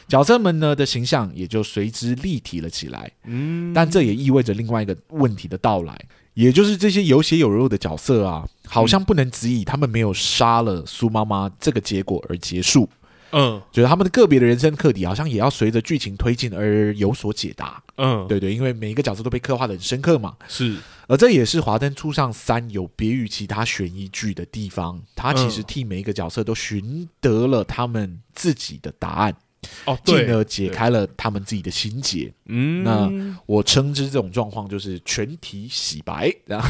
角色们呢的形象也就随之立体了起来。
嗯，
但这也意味着另外一个问题的到来，也就是这些有血有肉的角色啊，好像不能只以他们没有杀了苏妈妈这个结果而结束，
嗯
觉得他们的个别的人生课题好像也要随着剧情推进而有所解答。
嗯，
对对，因为每一个角色都被刻画的很深刻嘛，
是，
而这也是《华灯初上三》有别于其他悬疑剧的地方，它其实
嗯
替每一个角色都寻得了他们自己的答案，
哦，
进
对，
而解开了他们自己的心结。
嗯，
那我称之这种状况就是全体洗白。 然后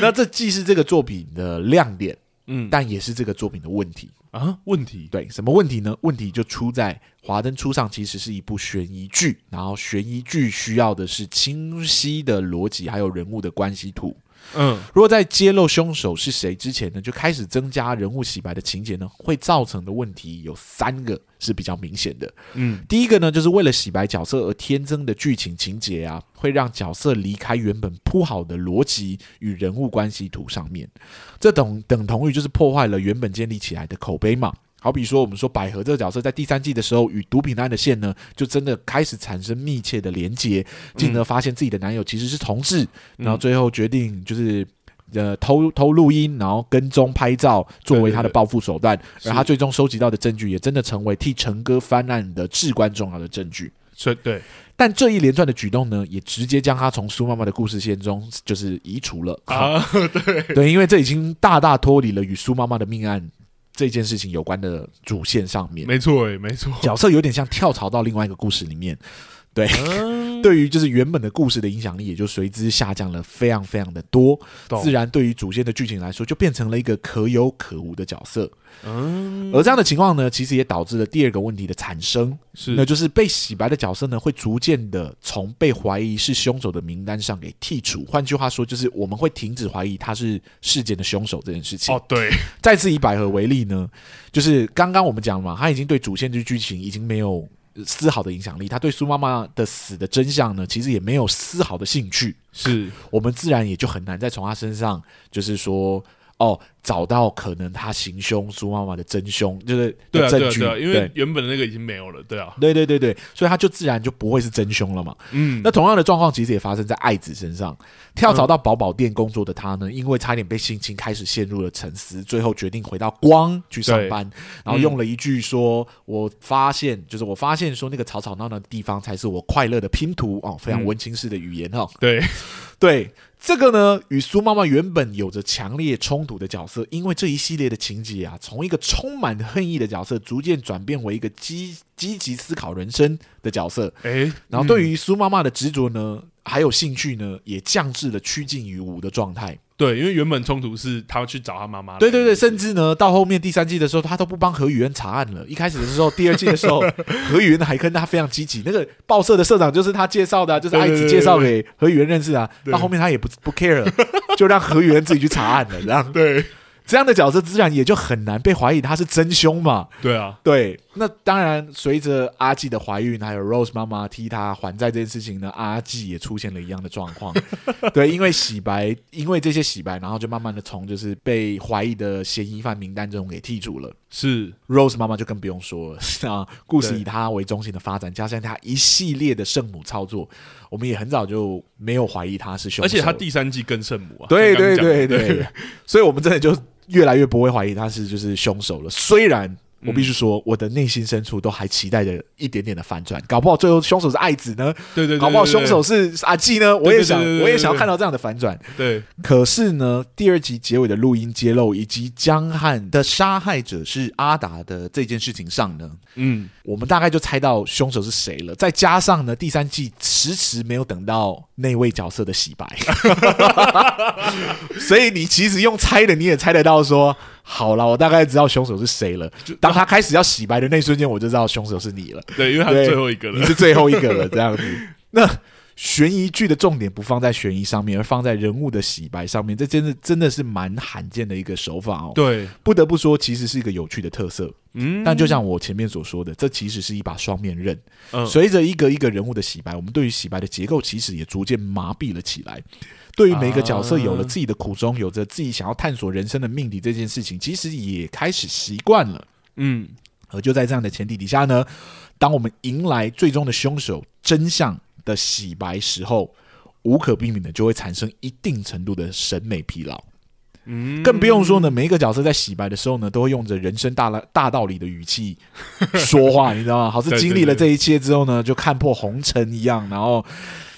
那这既是这个作品的亮点，
嗯，
但也是这个作品的问题。
啊，问题，
对，什么问题呢？问题就出在《华灯初上》其实是一部悬疑剧，然后悬疑剧需要的是清晰的逻辑，还有人物的关系图。
嗯，
如果在揭露凶手是谁之前呢，就开始增加人物洗白的情节呢，会造成的问题有三个是比较明显的。
嗯，
第一个呢，就是为了洗白角色而添增的剧情情节啊，会让角色离开原本铺好的逻辑与人物关系图上面，这等等同于就是破坏了原本建立起来的口碑嘛。好比说，我们说百合这个角色在第三季的时候与毒品案的线呢，就真的开始产生密切的连结，进而发现自己的男友其实是同志，
嗯
然后最后决定就是。呃，偷偷录音，然后跟踪拍照，作为他的
对对对
报复手段。
是
而他最终收集到的证据，也真的成为替陈哥翻案的至关重要的证据。
所以对，
但这一连串的举动呢，也直接将他从苏妈妈的故事线中就是移除了。
啊，
对，因为这已经大大脱离了与苏妈妈的命案这件事情有关的主线上面，
没错，哎，没错，
角色有点像跳槽到另外一个故事里面。
嗯
对于就是原本的故事的影响力也就随之下降了非常非常的多。
懂
自然对于主线的剧情来说，就变成了一个可有可无的角色。
嗯，
而这样的情况呢，其实也导致了第二个问题的产生，
是
那就是被洗白的角色呢，会逐渐的从被怀疑是凶手的名单上给剔除。换句话说，就是我们会停止怀疑他是事件的凶手这件事情。
哦，对，
再次以百合为例呢，就是刚刚我们讲嘛，他已经对主线剧剧情已经没有呃丝毫的影响力，他对苏妈妈的死的真相呢，其实也没有丝毫的兴趣，
是
我们自然也就很难再从他身上，就是说。哦，找到可能他行凶苏妈妈的真凶， 就是
对
的
啊，对
证
啊，
据，
对啊，因为
对
原本的那个已经没有了，对啊，
对对对对，所以他就自然就不会是真凶了嘛。
嗯，
那同样的状况其实也发生在爱子身上。跳槽到宝宝店工作的他
嗯
呢，因为差点被性侵，开始陷入了沉思，最后决定回到光去上班，然后用了一句说：“我发现，就是我发现说那个吵吵闹闹的地方才是我快乐的拼图哦，非常
嗯
文青式的语言哦。
对，
对这个呢，与苏妈妈原本有着强烈冲突的角色，因为这一系列的情节啊，从一个充满恨意的角色，逐渐转变为一个积积极思考人生的角色。
哎，
然后对于苏妈妈的执着呢，还有兴趣呢，也降至了趋近于无的状态。
对，因为原本冲突是他去找他妈妈来，
对对对，甚至呢，到后面第三季的时候，他都不帮何雨恩查案了。一开始的时候，第二季的时 候，何雨恩还跟他非常积极。那个报社的社长就是他介绍的、啊，就是爱
对对
子
对
介绍给何雨恩认识啊。
对
到后面他也不不 care，了就让何雨恩自己去查案了。然后
对
这样的角色自然也就很难被怀疑他是真凶嘛。
对啊，
对，那当然，随着阿纪的怀孕，还有 Rose 妈妈替她还债这件事情呢，阿纪也出现了一样的状 况。对，因为洗白，因为这些洗白，然后就慢慢的从就是被怀疑的嫌疑犯名单中给剔除了。
是
Rose 妈妈就更不用说了啊，故事
对
以她为中心的发展，加上她一系列的圣母操作，我们也很早就没有怀疑她是凶手了。
而且他第三季更圣母啊，
对
刚
对
刚讲
对
的
对，所以我们真的就越来越不会怀疑他是就是凶手了。虽然
嗯
我必须说，我的内心深处都还期待着一点点的反转，搞不好最后凶手是爱子呢，
对 对对，
搞不好
对
凶手是阿纪呢。我也想，
对对对对
我也想要看到这样的反转。
对
可是呢，第二集结尾的录音揭露以及江汉的杀害者是阿达的这件事情上呢，
嗯
我们大概就猜到凶手是谁了。再加上呢，第三季迟迟没有等到那位角色的洗白， 所以你其实用猜的你也猜得到说，好了，我大概知道凶手是谁了。当他开始要洗白的那一瞬间，我就知道凶手是你了，
对，因为他
对
最后一 个
你
了，
是最后一个了，这样子。那悬疑剧的重点不放在悬疑上面，而放在人物的洗白上面，这真的真的是蛮罕见的一个手法哦。
对，
不得不说，其实是一个有趣的特色。
嗯，
但就像我前面所说的，这其实是一把双面刃。
嗯
随着一个一个人物的洗白，我们对于洗白的结构其实也逐渐麻痹了起来。对于每个角色有
啊
了自己的苦衷，有着自己想要探索人生的命题这件事情，其实也开始习惯了。
嗯
而就在这样的前提底下呢，当我们迎来最终的凶手真相的洗白时候，无可避免的就会产生一定程度的审美疲劳。
嗯，
更不用说呢，每一个角色在洗白的时候呢，都会用着人生大了大道理的语气说话，你知道吗？好似
对对
经历了这一切之后呢，就看破红尘一样，然后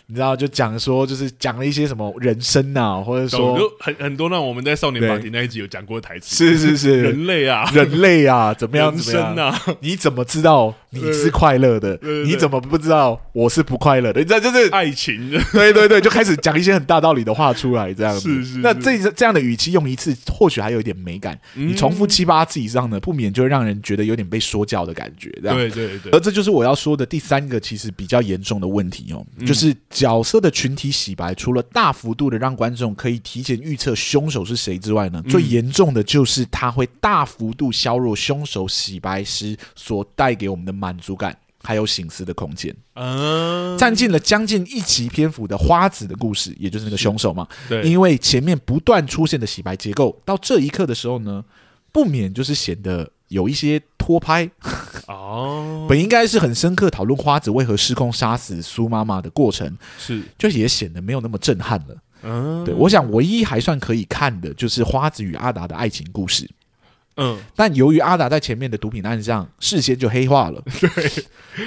你知道就讲说，就是讲了一些什么人生呐、或者说
懂就很很多让我们在少年
对
法庭那一集有讲过的台
是
词，
是是
人类啊，
人类啊，怎么样
人
怎么样
生啊，
你怎么知道你是快乐的？
对对对
你怎么不知道我是不快乐的？你知道就是
爱情，
对对对，就开始讲一些很大道理的话出来，这样子。
是是
那
是
这这样的语气用一次，或许还有一点美感。
嗯
你重复七八次以上呢，不免就会让人觉得有点被说教的感觉。这样，呃
对对对
而，这就是我要说的第三个，其实比较严重的问题哦，
嗯
就是角色的群体洗白，除了大幅度的让观众可以提前预测凶手是谁之外
嗯
呢，最严重的就是它会大幅度削弱凶手洗白时所带给我们的满足感。还有醒思的空间，
嗯，
占尽了将近一集篇幅的花子的故事，也就是那个凶手嘛。
对，
因为前面不断出现的洗白结构，到这一刻的时候呢，不免就是显得有一些拖拍，
嗯哦，
本应该是很深刻讨论花子为何失控杀死苏妈妈的过程，
是，
就也显得没有那么震撼了。
嗯，
对，我想唯一还算可以看的就是花子与阿达的爱情故事。
嗯，
但由于阿达在前面的毒品案上事先就黑化 了，对，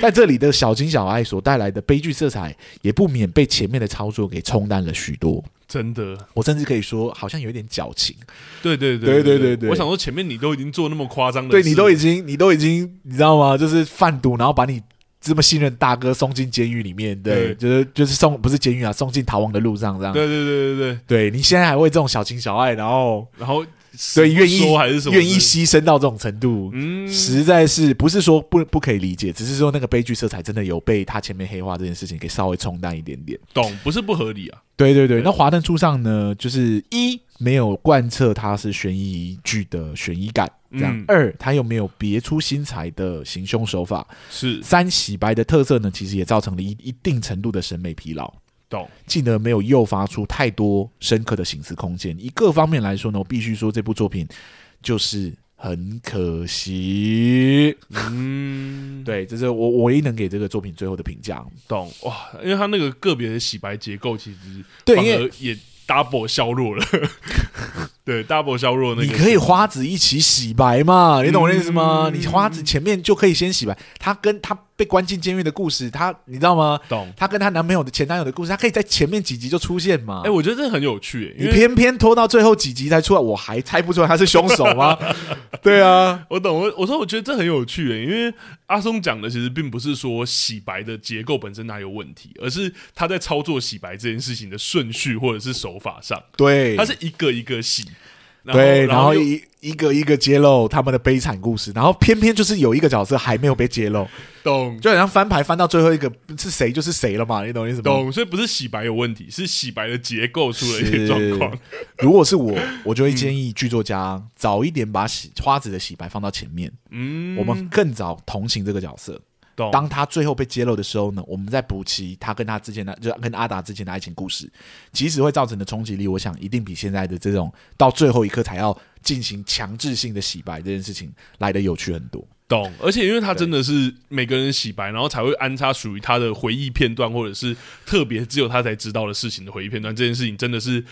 在这里的小情小爱所带来的悲剧色彩，也不免被前面的操作给冲淡了许多。
真的，
我甚至可以说，好像有一点矫情。
对对
对
对
对对对
我想说前面你都已经做那么夸张的
对
事，
你都已经，你都已经，你知道吗？就是贩毒，然后把你这么信任大哥送进监狱里面，对，
对
就是就是送不是监狱啊，送进逃亡的路上这样。
对对对对对，
对你现在还为这种小情小爱，然后
然后
对愿意
说还是什么
愿意牺牲到这种程度，
嗯
实在是不是说不不可以理解，只是说那个悲剧色彩真的有被他前面黑化这件事情给稍微冲淡一点点。
懂，不是不合理啊，
对对对，
对
那《华灯初上》呢，就是一没有贯彻它是悬疑剧的悬疑感，这样；
嗯
二它又没有别出心裁的行凶手法；
是
三洗白的特色呢，其实也造成了一一定程度的审美疲劳，
懂，
进而没有诱发出太多深刻的醒思空间。以各方面来说呢，我必须说这部作品就是很可惜。
嗯，
对，这是我我唯一能给这个作品最后的评价。
懂哇，因为他那个个别的洗白结构其实
对，
反
因为
而也 double 削弱了， 对 double 削弱那个
你可以花子一起洗白嘛，你懂我的意思吗？
嗯
你花子前面就可以先洗白，她跟她被关进监狱的故事，她你知道吗？
懂，
她跟她男朋友的前男友的故事，她可以在前面几集就出现嘛
哎、。我觉得这很有趣、欸，
啊你
因为
偏偏拖到最后几集才出来，我还猜不出来他是凶手 吗？对啊，
我懂，我我说我觉得这很有趣、欸，因为阿松讲的其实并不是说洗白的结构本身哪有问题，而是他在操作洗白这件事情的顺序或者是手法上，
对
他，是一个一个洗，然后
对，然
然
后
又
一一个一个揭露他们的悲惨故事，然后偏偏就是有一个角色还没有被揭露，
懂
就好像翻牌翻到最后一个是谁就是谁了嘛，你懂我意思吗？
懂，所以不是洗白有问题，是洗白的结构出了一些
是
状况，
如果是我，
嗯
我就会建议剧作家早一点把洗花子的洗白放到前面，
嗯，
我们更早同情这个角色。
懂
当他最后被揭露的时候呢，我们再补齐他跟他之前的，就跟阿达之前的爱情故事，即使会造成的冲击力，我想一定比现在的这种到最后一刻才要进行强制性的洗白这件事情来的有趣很多。
懂，而且因为他真的是每个人洗白，然后才会安插属于他的回忆片段，或者是特别只有他才知道的事情的回忆片段，这件事情真的是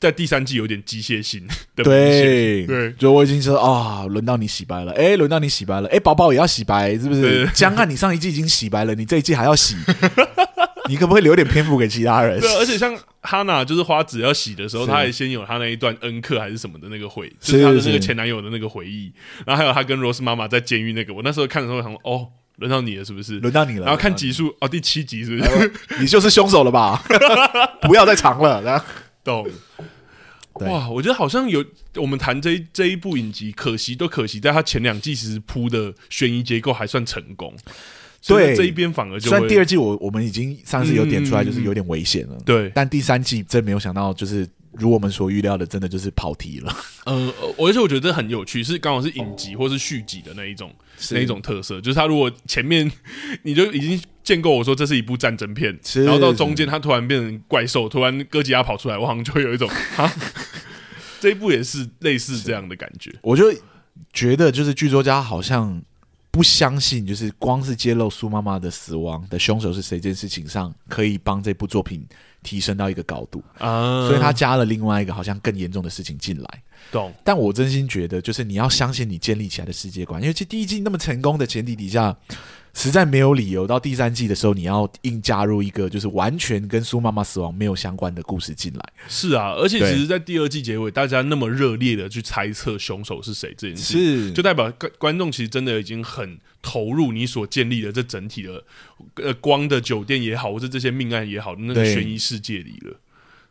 在第三季有点机械性的明显
对
对
就我已经说啊，轮到你洗白了，哎，轮到你洗白了，哎，宝宝也要洗白，是不是
对？
江汉，你上一季已经洗白了，你这一季还要 洗，你可不可以留点篇幅给其他人？
对，而且像哈娜就是花子要洗的时候，
是
她也先有她那一段恩克还是什么的那个回，
是
就是她的那
是
个前男友的那个回忆，然后还有她跟罗斯妈妈在监狱那个，我那时候看的时候想说，哦，轮到你了是不是？
轮到你了，
然后看集数哦，第七集是不是？
你就是凶手了 吧？不要再藏了，然后
懂。
对
哇，我觉得好像有我们谈这一这一部影集，可惜都可惜，在它前两季其实铺的悬疑结构还算成功，所以
对
这一边 反而就
虽然
会
第二季我我们已经上次有点出来，
嗯
就是有点危险了，
对，
但第三季真没有想到，就是如我们所预料的，真的就是跑题了，
呃，而且我觉得这很有趣，是刚好是影集或是续集的那一种那一种特色，就是它如果前面 你就已经建构我说这是一部战争片，
是
然后到中间它突然变成怪兽，突然哥吉拉跑出来，我好像就会有一种啊， 这一部也是类似这样的感觉，
我就觉得就是剧作家好像不相信，就是光是揭露苏妈妈的死亡的凶手是谁这件事情上，可以帮这部作品提升到一个高度，
啊
所以他加了另外一个好像更严重的事情进来。
懂
但我真心觉得，就是你要相信你建立起来的世界观，因为这第一季那么成功的前提底下，实在没有理由到第三季的时候你要硬加入一个就是完全跟苏妈妈死亡没有相关的故事进来。
是啊，而且
对
其实，在第二季结尾，大家那么热烈的去猜测凶手是谁这件事，
是
就代表观观众其实真的已经很投入你所建立的这整体的，呃，光的酒店也好，或者这些命案也好，那个
对
悬疑世界里了。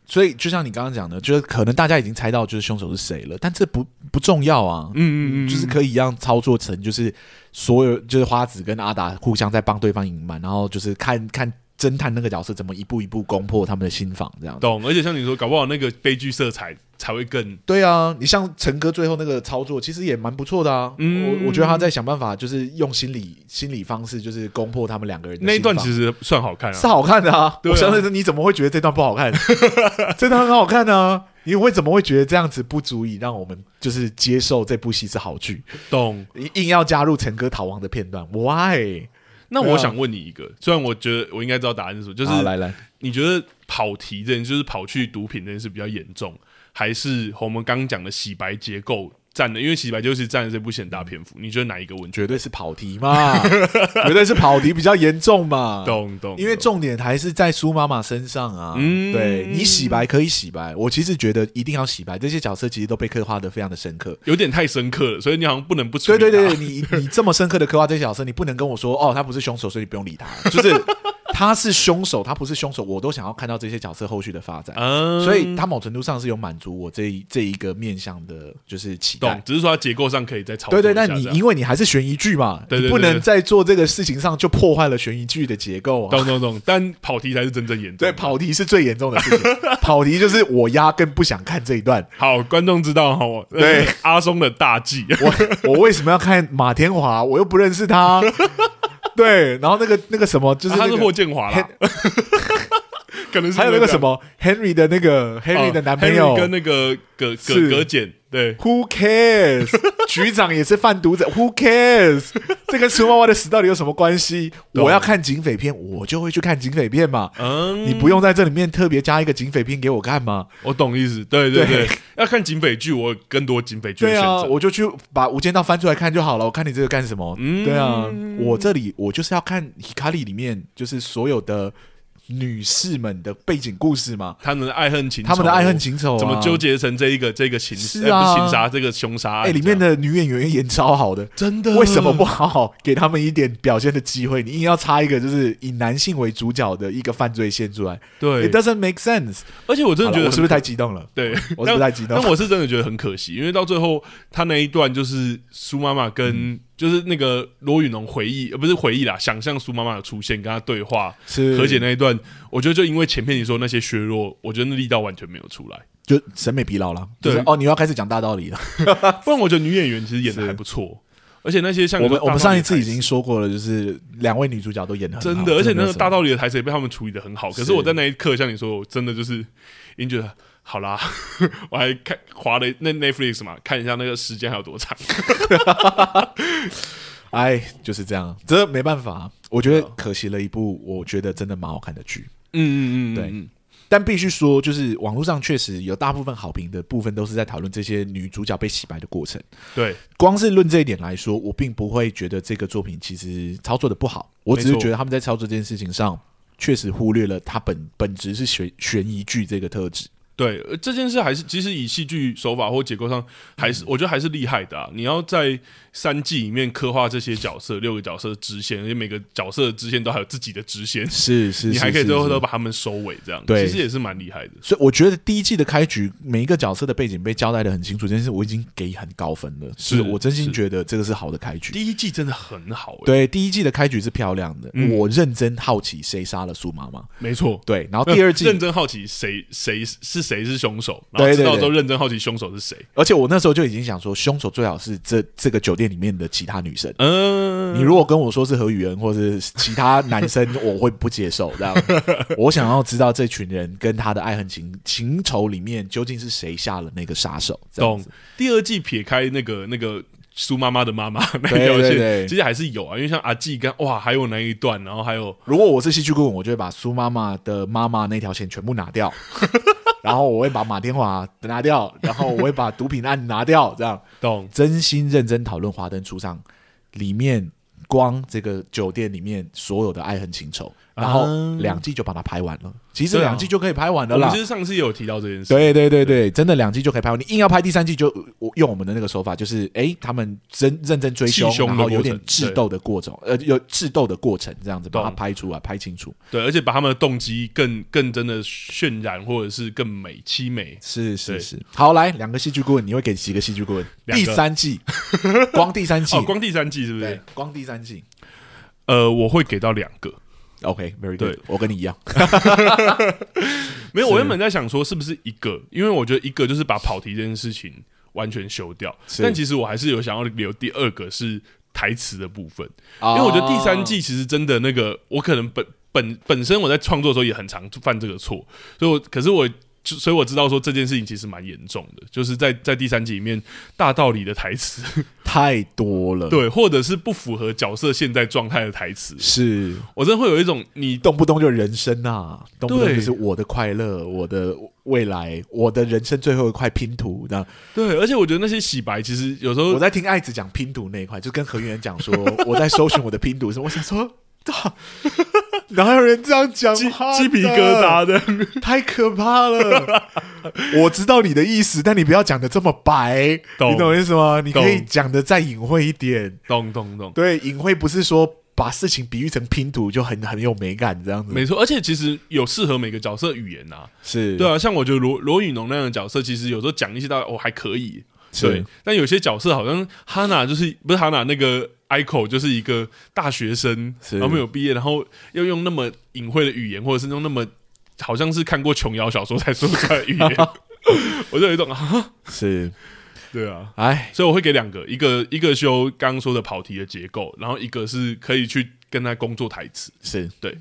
所以就像你刚刚讲的，就是可能大家已经猜到就是凶手是谁了，但这不不重要啊。
嗯嗯嗯，
就是可以让操作成，就是所有就是花子跟阿达互相在帮对方隐瞒，然后就是看看侦探那个角色怎么一步一步攻破他们的心防，这样子。
懂。而且像你说，搞不好那个悲剧色彩才会更
对啊，你像陈哥最后那个操作，其实也蛮不错的啊。
嗯
我我觉得他在想办法，就是用心理心理方式，就是攻破他们两个人的
那一段，其
实
实算好看啊
是。好看的啊。
对啊
我相信你怎么会觉得这段不好 看？这段很好看啊。你为怎么会觉得这样子不足以让我们就是接受这部戏是好剧？
懂。
硬硬要加入陈哥逃亡的片段，why？
那
对啊
我想问你一个，虽然我觉得我应该知道答案是什么，就是
好来来，
你觉得跑题这件事，就是跑去毒品这件事比较严重，还是和我们刚刚讲的洗白结构占了，因为洗白就是占了这部戏很大篇幅。你觉得哪一个稳？
绝嗯对是跑题嘛， 绝对是跑题比较严重嘛。
懂懂，
啊因为
懂
重点还是在苏妈妈身上啊。
嗯
对你洗白可以洗白，我其实觉得一定要洗白。这些角色其实都被刻画的非常的深刻。
有点太深刻了，所以你好像不能不处啊
对
理它
对对，对，你你这么深刻的刻画这些角色，你不能跟我说哦，他不是凶手，所以你不用理他。就是 他是凶手，他不是凶手，我都想要看到这些角色后续的发展。
嗯，
所以他某程度上是有满足我这一这一个面向的，就是期
懂
待，。
只是说它结构上可以再炒作
对
一下
对，
这
那
样。
你因为你还是悬疑剧嘛，
对对对
你不能在做这个事情上就破坏了悬疑剧的结构啊。
懂懂懂，但跑题才是真正严重。
对，跑题是最严重的事情，跑题就是我压根不想看这一段。
好，观众知道哈，我呃
对
阿松的大忌，
我 我为什么要看马天华？我又不认识他。 对，然后那个那个什么，就是、那
啊他
个
是霍建华啦， 可能是
还有那个什
么
么 Henry 的那个 Henry 的男朋友、
哦跟那个葛葛
是
葛简，对
Who cares？局 长也是贩毒者，Who cares？这跟苏妈妈的死到底有什么关系？
懂
我要看警匪片，我就会去看警匪片嘛。
嗯，
你不用在这里面特别加一个警匪片给我看吗？
我懂意思，对对
对
对，要看警匪剧，我有更多警匪剧的
对
选
啊，
择，
我就去把《无间道》翻出来看就好了。我看你这个干什么？
嗯
对啊，我这里我就是要看《h i k a 里面就是所有的女士们的背景故事嘛，
他们的爱恨情仇，
她们的爱恨情仇、啊，
怎么纠结成这一个这个情
是
呃不
啊
是情杀这个凶杀案
哎、
这样？
里面的女演员演超好的，
真的
为什么不好好给他们一点表现的机会？你硬要插一个就是以男性为主角的一个犯罪线出来
对
，It？doesn't make sense。
而且我真的觉
好了
得
我是不是太激动了？
对，
我是不是太激动
但？我是真的觉得很可惜，因为到最后他那一段就是苏妈妈跟、
嗯
就是那个罗宇农回忆，呃，不是回忆啦，想象苏妈妈的出现，跟他对话
是
和解那一段，我觉得就因为前面你说那些削弱，我觉得那力道完全没有出来。
就审美疲劳了。就是
对
哦，你要开始讲大道 理了。
不然我觉得女演员其实演的
是
还不错，而且那些像
我们
大道理
我们上一次已经
的台词。
说过了，就是两位女主角都演的
真的，而且那个大
道
道理的台词也被他们处理的很好。可是
是
我在那一刻，像你说，我真的就是已经觉得好啦， 我还看划了那 Netflix 嘛，看一下那个时间还有多长。
哎就是这样，这没办法。我觉得可惜了一部，我觉得真的蛮好看的剧。
嗯嗯嗯，嗯
对
嗯
但必须说，就是网络上确实有大部分好评的部分都是在讨论这些女主角被洗白的过程。
对，
光是论这一点来说，我并不会觉得这个作品其实操作的不好，我只
没
是
错
觉得他们在操作这件事情上确实忽略了它本本质是悬悬疑剧这个特质。
对，呃这件事还是其实以戏剧手法或结构上，还
嗯
是、我觉得还是厉害的、啊。你要在三季里面刻画这些角色，六个角色的支线，而且每个角色的支线都还有自己的支线，
是是，
你还可以
是
最后
是
都把他们收尾，这样
对
其实也是蛮厉害的。
所以我觉得第一季的开局，每一个角色的背景被交代的很清楚，这件事我已经给很高分了。
是
就我真心
是
觉得这个是好的开局。
第一季真的很好、欸，，
对，第一季的开局是漂亮的，
嗯
我认真好奇谁杀了苏妈妈。
没错。
对，然后第二
呃 认
季，
真好奇谁谁是谁是凶手，然
对
后知
对
道
对
之后认真好奇凶手是谁。
而且我那时候就已经想说，凶手最好是这这个酒店里面的其他女生。
嗯，
你如果跟我说是何雨恩或是其他男生，我会不接受。这 样，我想要知道这群人跟他的爱恨情情仇里面究竟是谁下了那个杀手。这样
懂
子。
第二季撇开那个那个苏妈妈的妈妈那
对
条
对对
线，其实还是有啊，因为像阿纪跟哇，还有那一段，然后还有
如果我是戏剧顾问，我就会把苏妈妈的妈妈那条线全部拿 掉，然后我会把马天华拿掉，然后我会把毒品案拿掉，这样
懂
真心认真讨论《华灯初上》里面光这个酒店里面所有的爱恨情仇，然后
啊
两季就把它拍完了。其实
对啊
两季就可以拍完了
我们
啦
其。实上次也有提到这件事，
对对对对，真的两季就可以拍完。你硬要拍第三季就，我用我们的那个手法，就是哎，他们真认真追凶，
气凶的
然后有
过
点
程
智
对
斗的过程，呃，有智斗的过程，这样子把它
懂
拍出来，拍清楚。
对而且把他们的动机更更真的渲染，或者是更美凄美。
是是
对
是，好来两个戏剧顾问，你会给几个戏剧顾问？
两
第
个
三 季，光第三季，
哦，光第三季是不
对
是？，
光第三季。
呃，我会给到两个。
OK，very、
对
good，我跟你一样。
没有，我原本在想说是不是一个，因为我觉得一个就是把跑题这件事情完全修掉，
是
但其实我还是有想要留第二个是台词的部分。
因
因为我觉得第
哦
三
啊
季其实真的那个，我可能本本本身我在创作的时候也很常犯这个错，所以我可是我就所以我知道说这件事情其实蛮严重的，就是在在第三集里面大道理的台词，
太多了，，
对，或者是不符合角色现在状态的台词，
是
我真的会有一种你
动不动就人生啊，动不动
对
就是我的快乐，我的未来，我的人生最后一块拼图。那
对，而且我觉得那些洗白其实有时
我
候
在听爱子讲拼图那一块，就跟何源讲说我在搜寻我的拼图时，我想说。啊哪有人这样讲
鸡
话的？
鸡皮疙瘩的，
太可怕了！我知道你的意思，但你不要讲的这么白，
懂
你懂我意思吗？你可以
懂
讲的再隐晦一点。
懂懂懂，
对，隐晦不是说把事情比喻成拼图就很很有美感这样子，
没错。而且其实有适合每个角色语言呐、啊，
是
对啊，像我觉得罗罗宇农那样的角色，其实有时候讲一些到哦还可以，
是
对，但有些角色好像哈娜就是不是哈娜那个 Ico 就是一个大学生，
是
然后没有毕业，然后要用那么隐晦的语言，或者是用那么好像是看过琼瑶小说才说出来的 语言，我就有一种啊，
是，
对啊。
哎，
所以我会给两个，一个一个修刚刚说的跑题的结构，然后一个是可以去跟他工作台词。
是
对，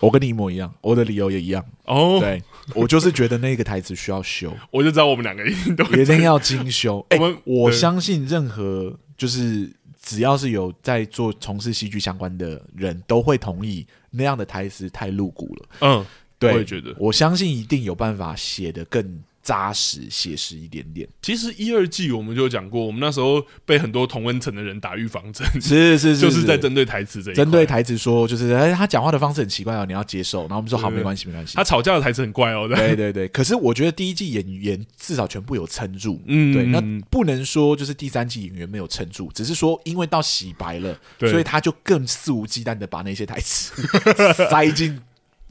我跟你一模一样，我的理由也一样。
哦，
对我就是觉得那个台词需要修，
我就知道我们两个一定都
一定要精修。 哎、
我们
我
对
相信任何就是只要是有在做从事戏剧相关的人都会同意那样的台词太露骨了。
嗯，
对，
我也觉得
我相信一定有办法写得更扎实、写实一点 点。
其实一二季我们就有讲过，我们那时候被很多同温层的人打预防针，
是是
就是在针对台词这一块
针对。台词说，就是哎，他讲话的方式很奇怪哦，你要接受。然后我们说好，
对
没关系，没关系
他。吵架的台词很怪哦，对，
对对对，可是我觉得第一季演员至少全部有撑住，
嗯
对，那不能说就是第三季演员没有撑住，只是说因为到洗白了，
对
所以他就更肆无忌惮的把那些台词 塞进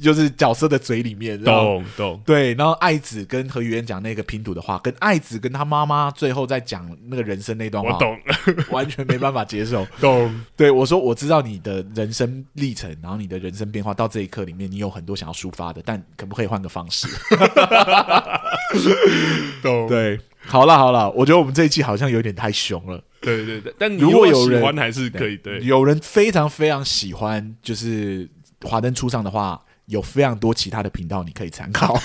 就是角色的嘴里面，然后
懂懂，
对，然后爱子跟何雨嫣讲那个拼图的话，跟爱子跟他妈妈最后在讲那个人生那段
我
话，
懂
完全没办法接受。
懂，
对我说，我知道你的人生历程，然后你的人生变化到这一刻里面，你有很多想要抒发的，但可不可以换个方式？
懂，
对，好了好了，我觉得我们这一季好像有点太凶了。
对对对。但你
如果
有
有
喜
人
欢还是可以，对，
有人非常非常喜欢，就是华灯初上的话，有非常多其他的频道你可以参 考。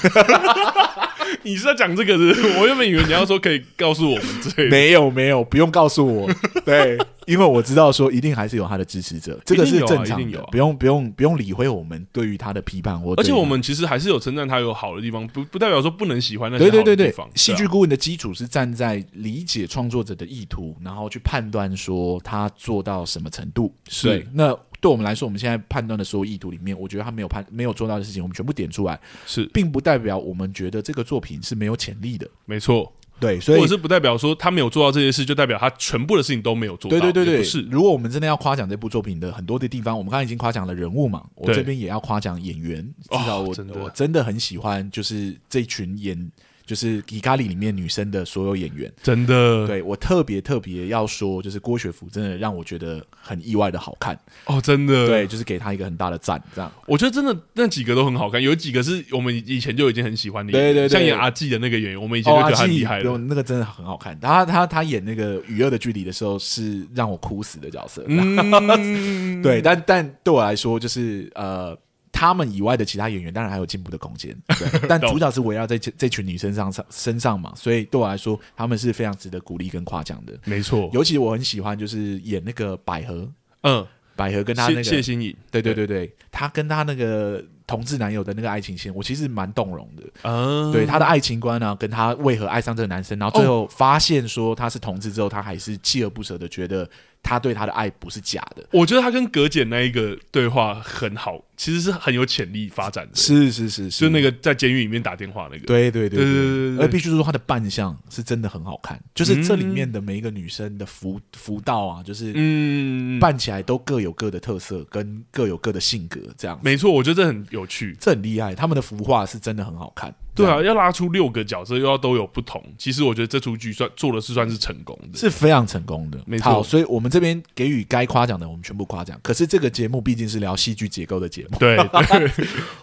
你是要讲这个是不是？我原本以为你要说可以告诉我们之类的，
没有没有，不用告诉 我。对，因为我知道说一定还是有他的支持者，这个
一定
是
有啊
正
一
常
定
的，
有啊
不用不用不用理会我们对于他的批判或
而
对
且
他
我。们其实还是有称赞他有好的地方，不不代表说不能喜欢那些
对对
好
对
的地
对
方。，
戏
对啊
剧顾问的基础是站在理解创作者的意图，然后去判断说他做到什么程度。
是
对那对我们来说，我们现在判断的所有意图里面，我觉得他没有判没有做到的事情，我们全部点出来，
是
并不代表我们觉得这个作品是没有潜力的。
没错，
对，所
或
以
者是不代表说他没有做到这些事，就代表他全部的事情都没有做到。
对对对
也
对，
不是
如果我们真的要夸奖这部作品的很多的地方，我们刚才已经夸奖了人物嘛，我
对
这边也要夸奖演员。至
哦
少我、
真的
我真的很喜欢，就是这群演就是《吉咖喱》里面女生的所有演员。
真 的，
对我特别特别要说，就是郭雪芙真的让我觉得很意外的好看，
哦，真的，
对，就是给她一个很大的赞，这样。
我觉得真的那几个都很好看，有几个是我们以前就已经很喜欢的演
对
员，
对对
像演阿纪的那个演员，我们以前
哦，
就觉
阿
得他很
纪
厉害
有
了。
那个真的很好看，她她她演那个《与恶的距离》的时候是让我哭死的角色，
嗯，
对，但但对我来说，就是呃，他们以外的其他演员当然还有进步的空间， 对，但
懂
主角是围绕在这这群女生上上身上嘛，所以对我来说，他们是非常值得鼓励跟夸奖的。
没错，
尤其我很喜欢，就是演那个百合，
嗯，
百合跟她那
谢
个，
谢欣颖，
对对对对，她跟她那个同志男友的那个爱情线，我其实蛮动容的。
嗯，
对她的爱情观呢、啊，跟她为何爱上这个男生，然后最后发现说他是同志之后，她还是锲而不舍的觉得他对她的爱不是假的。
我觉得他跟葛姐那一个对话很好，其实是很有潜力发展的，
是是是，
就是那个在监狱里面打电话那个，
对对对
对对对对对
而必须说她的扮相是真的很好看，就是这里面的每一个女生的服服道啊，就是
嗯，
扮起来都各有各的特色，跟各有各的性格，这样子，
没错，我觉得这很有趣。
这很厉害。他们的服化是真的很好看，
对
这样，
啊，要拉出六个角色，又要都有不同。其实我觉得这出剧算做的是算是成功的。
是非常成功的。
没错
好，所以我们这边给予该夸奖的，我们全部夸奖。可是这个节目毕竟是聊戏剧结构的节目，
对，对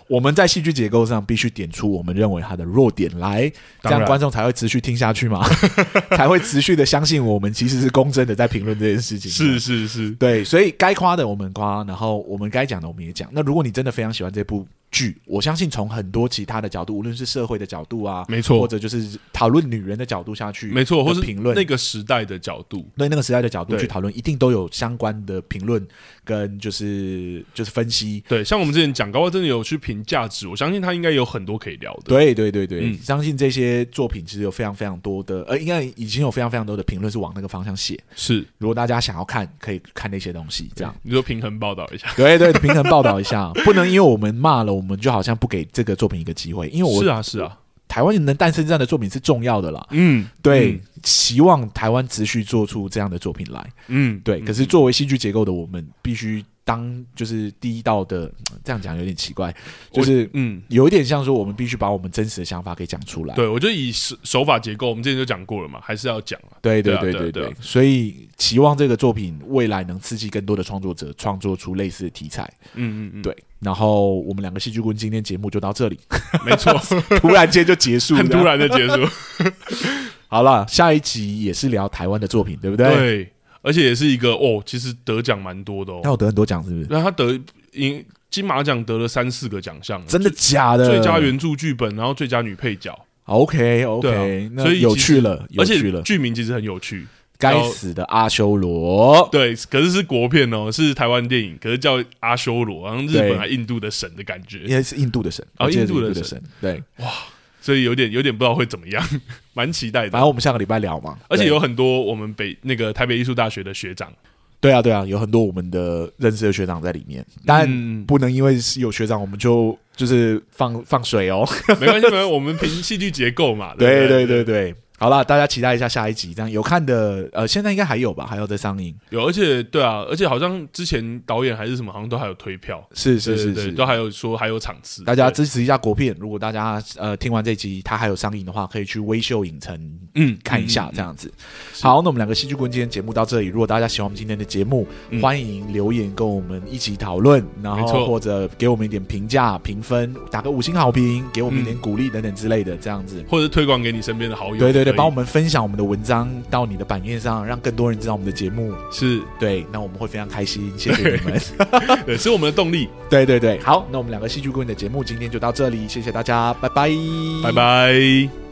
我们在戏剧结构上必须点出我们认为它的弱点来，这
当然
样观众才会持续听下去嘛， 才会持续的相信我们其实是公正的在评论这件事情。
是是是，
对，所以该夸的我们夸，然后我们该讲的我们也讲。那如果你真的非常喜欢这部剧，我相信从很多其他的角度，无论是社会的角度啊，
没错
或者就是讨论女人的角度下去，
没错，或是
评论
那个时代的角度，
对那个时代的角度
对
去讨论，一定都有相关的评论跟就是就是分析。
对，像我们之前讲，高华真的有去评价值，我相信他应该有很多可以聊的。
对对对对，
嗯
相信这些作品其实有非常非常多的，呃，应该已经有非常非常多的评论是往那个方向写。
是，
如果大家想要看，可以看那些东西，这样。
你说平衡报道一下，
对对，平衡报道一下， 不能因为我们骂了，我们就好像不给这个作品一个机会，因为我
是啊，是啊，
台湾能诞生这样的作品是重要的啦。
嗯，
对，希望台湾持续做出这样的作品来。
嗯，嗯，
对，
嗯
可是作为戏剧结构的我们，必须当就是第一道的，这样讲有点奇怪，
我
就是
嗯。
有一点像说我们必须把我们真实的想法给讲出来。
对，我觉得以手手法结构，我们之前就讲过了嘛，还是要讲啊。
对
对
对
啊
对
对啊
对
对啊
对，所以期望这个作品未来能刺激更多的创作者创作出类似的题材。
嗯嗯嗯，
对，然后我们两个戏剧棍今天节目就到这里，
没 错，
突然间就结束，
很
这样
突。然的结束。
好了，下一集也是聊台湾的作品，对不对？。
对，而且也是一个哦，其实得奖蛮多的
那
哦。
我得很多奖是不是？
那他得赢金马奖得了三四个奖项，啊
真的假的？
最佳原著剧本，然后最佳女配角，
OK OK，、
对啊
那
所以
有
其实
趣了，有
而
趣
且
了。
剧名其实很有趣。
该死的阿修罗，
对，可是是国片哦，是台湾电影，可是叫《阿修罗》，好像日本
对
还印度的神的感
因
觉，
为是印度的神，
哦
我记得是
印度的
印度的神。对，
所以有点有点不知道会怎么样， 蛮期待
反
的。
正我们下个礼拜聊嘛。
而且
对
有很多我们北那个台北艺术大学的学长，
对啊对啊，有很多我们的认识的学长在里面，但
嗯
不能因为是有学长我们就就是放 放水哦。
没关系，没关系，我们凭戏剧结构
对
嘛。不对
对对对，好啦，大家期待一下下一集。这样有看的，呃，现在应该还有吧，还有在上映。
有，而且对啊，而且好像之前导演还是什么，好像都还有推票，
是是
对
是
对
是
对，，都还有说还有场次，
大家
对
支持一下国片。如果大家呃听完这集，它还有上映的话，可以去微秀影城
嗯
看一下
嗯嗯
这样子。好，那我们两个戏剧棍今天节目到这里。如果大家喜欢我们今天的节目，
嗯
欢迎留言跟我们一起讨论，然
没错
后或者给我们一点评价、评分，打个五星好评，给我们一点鼓励等等之类的，这样子。
嗯或者推广给你身边的好友，
对对对，
可以
帮我们分享我们的文章到你的版面上，让更多人知道我们的节目。
是，
对，那我们会非常开心，谢谢你 们。
对，是我们的动力，
对对对，好，那我们两个戏剧棍的节目今天就到这里，谢谢大家，拜拜，
拜。拜。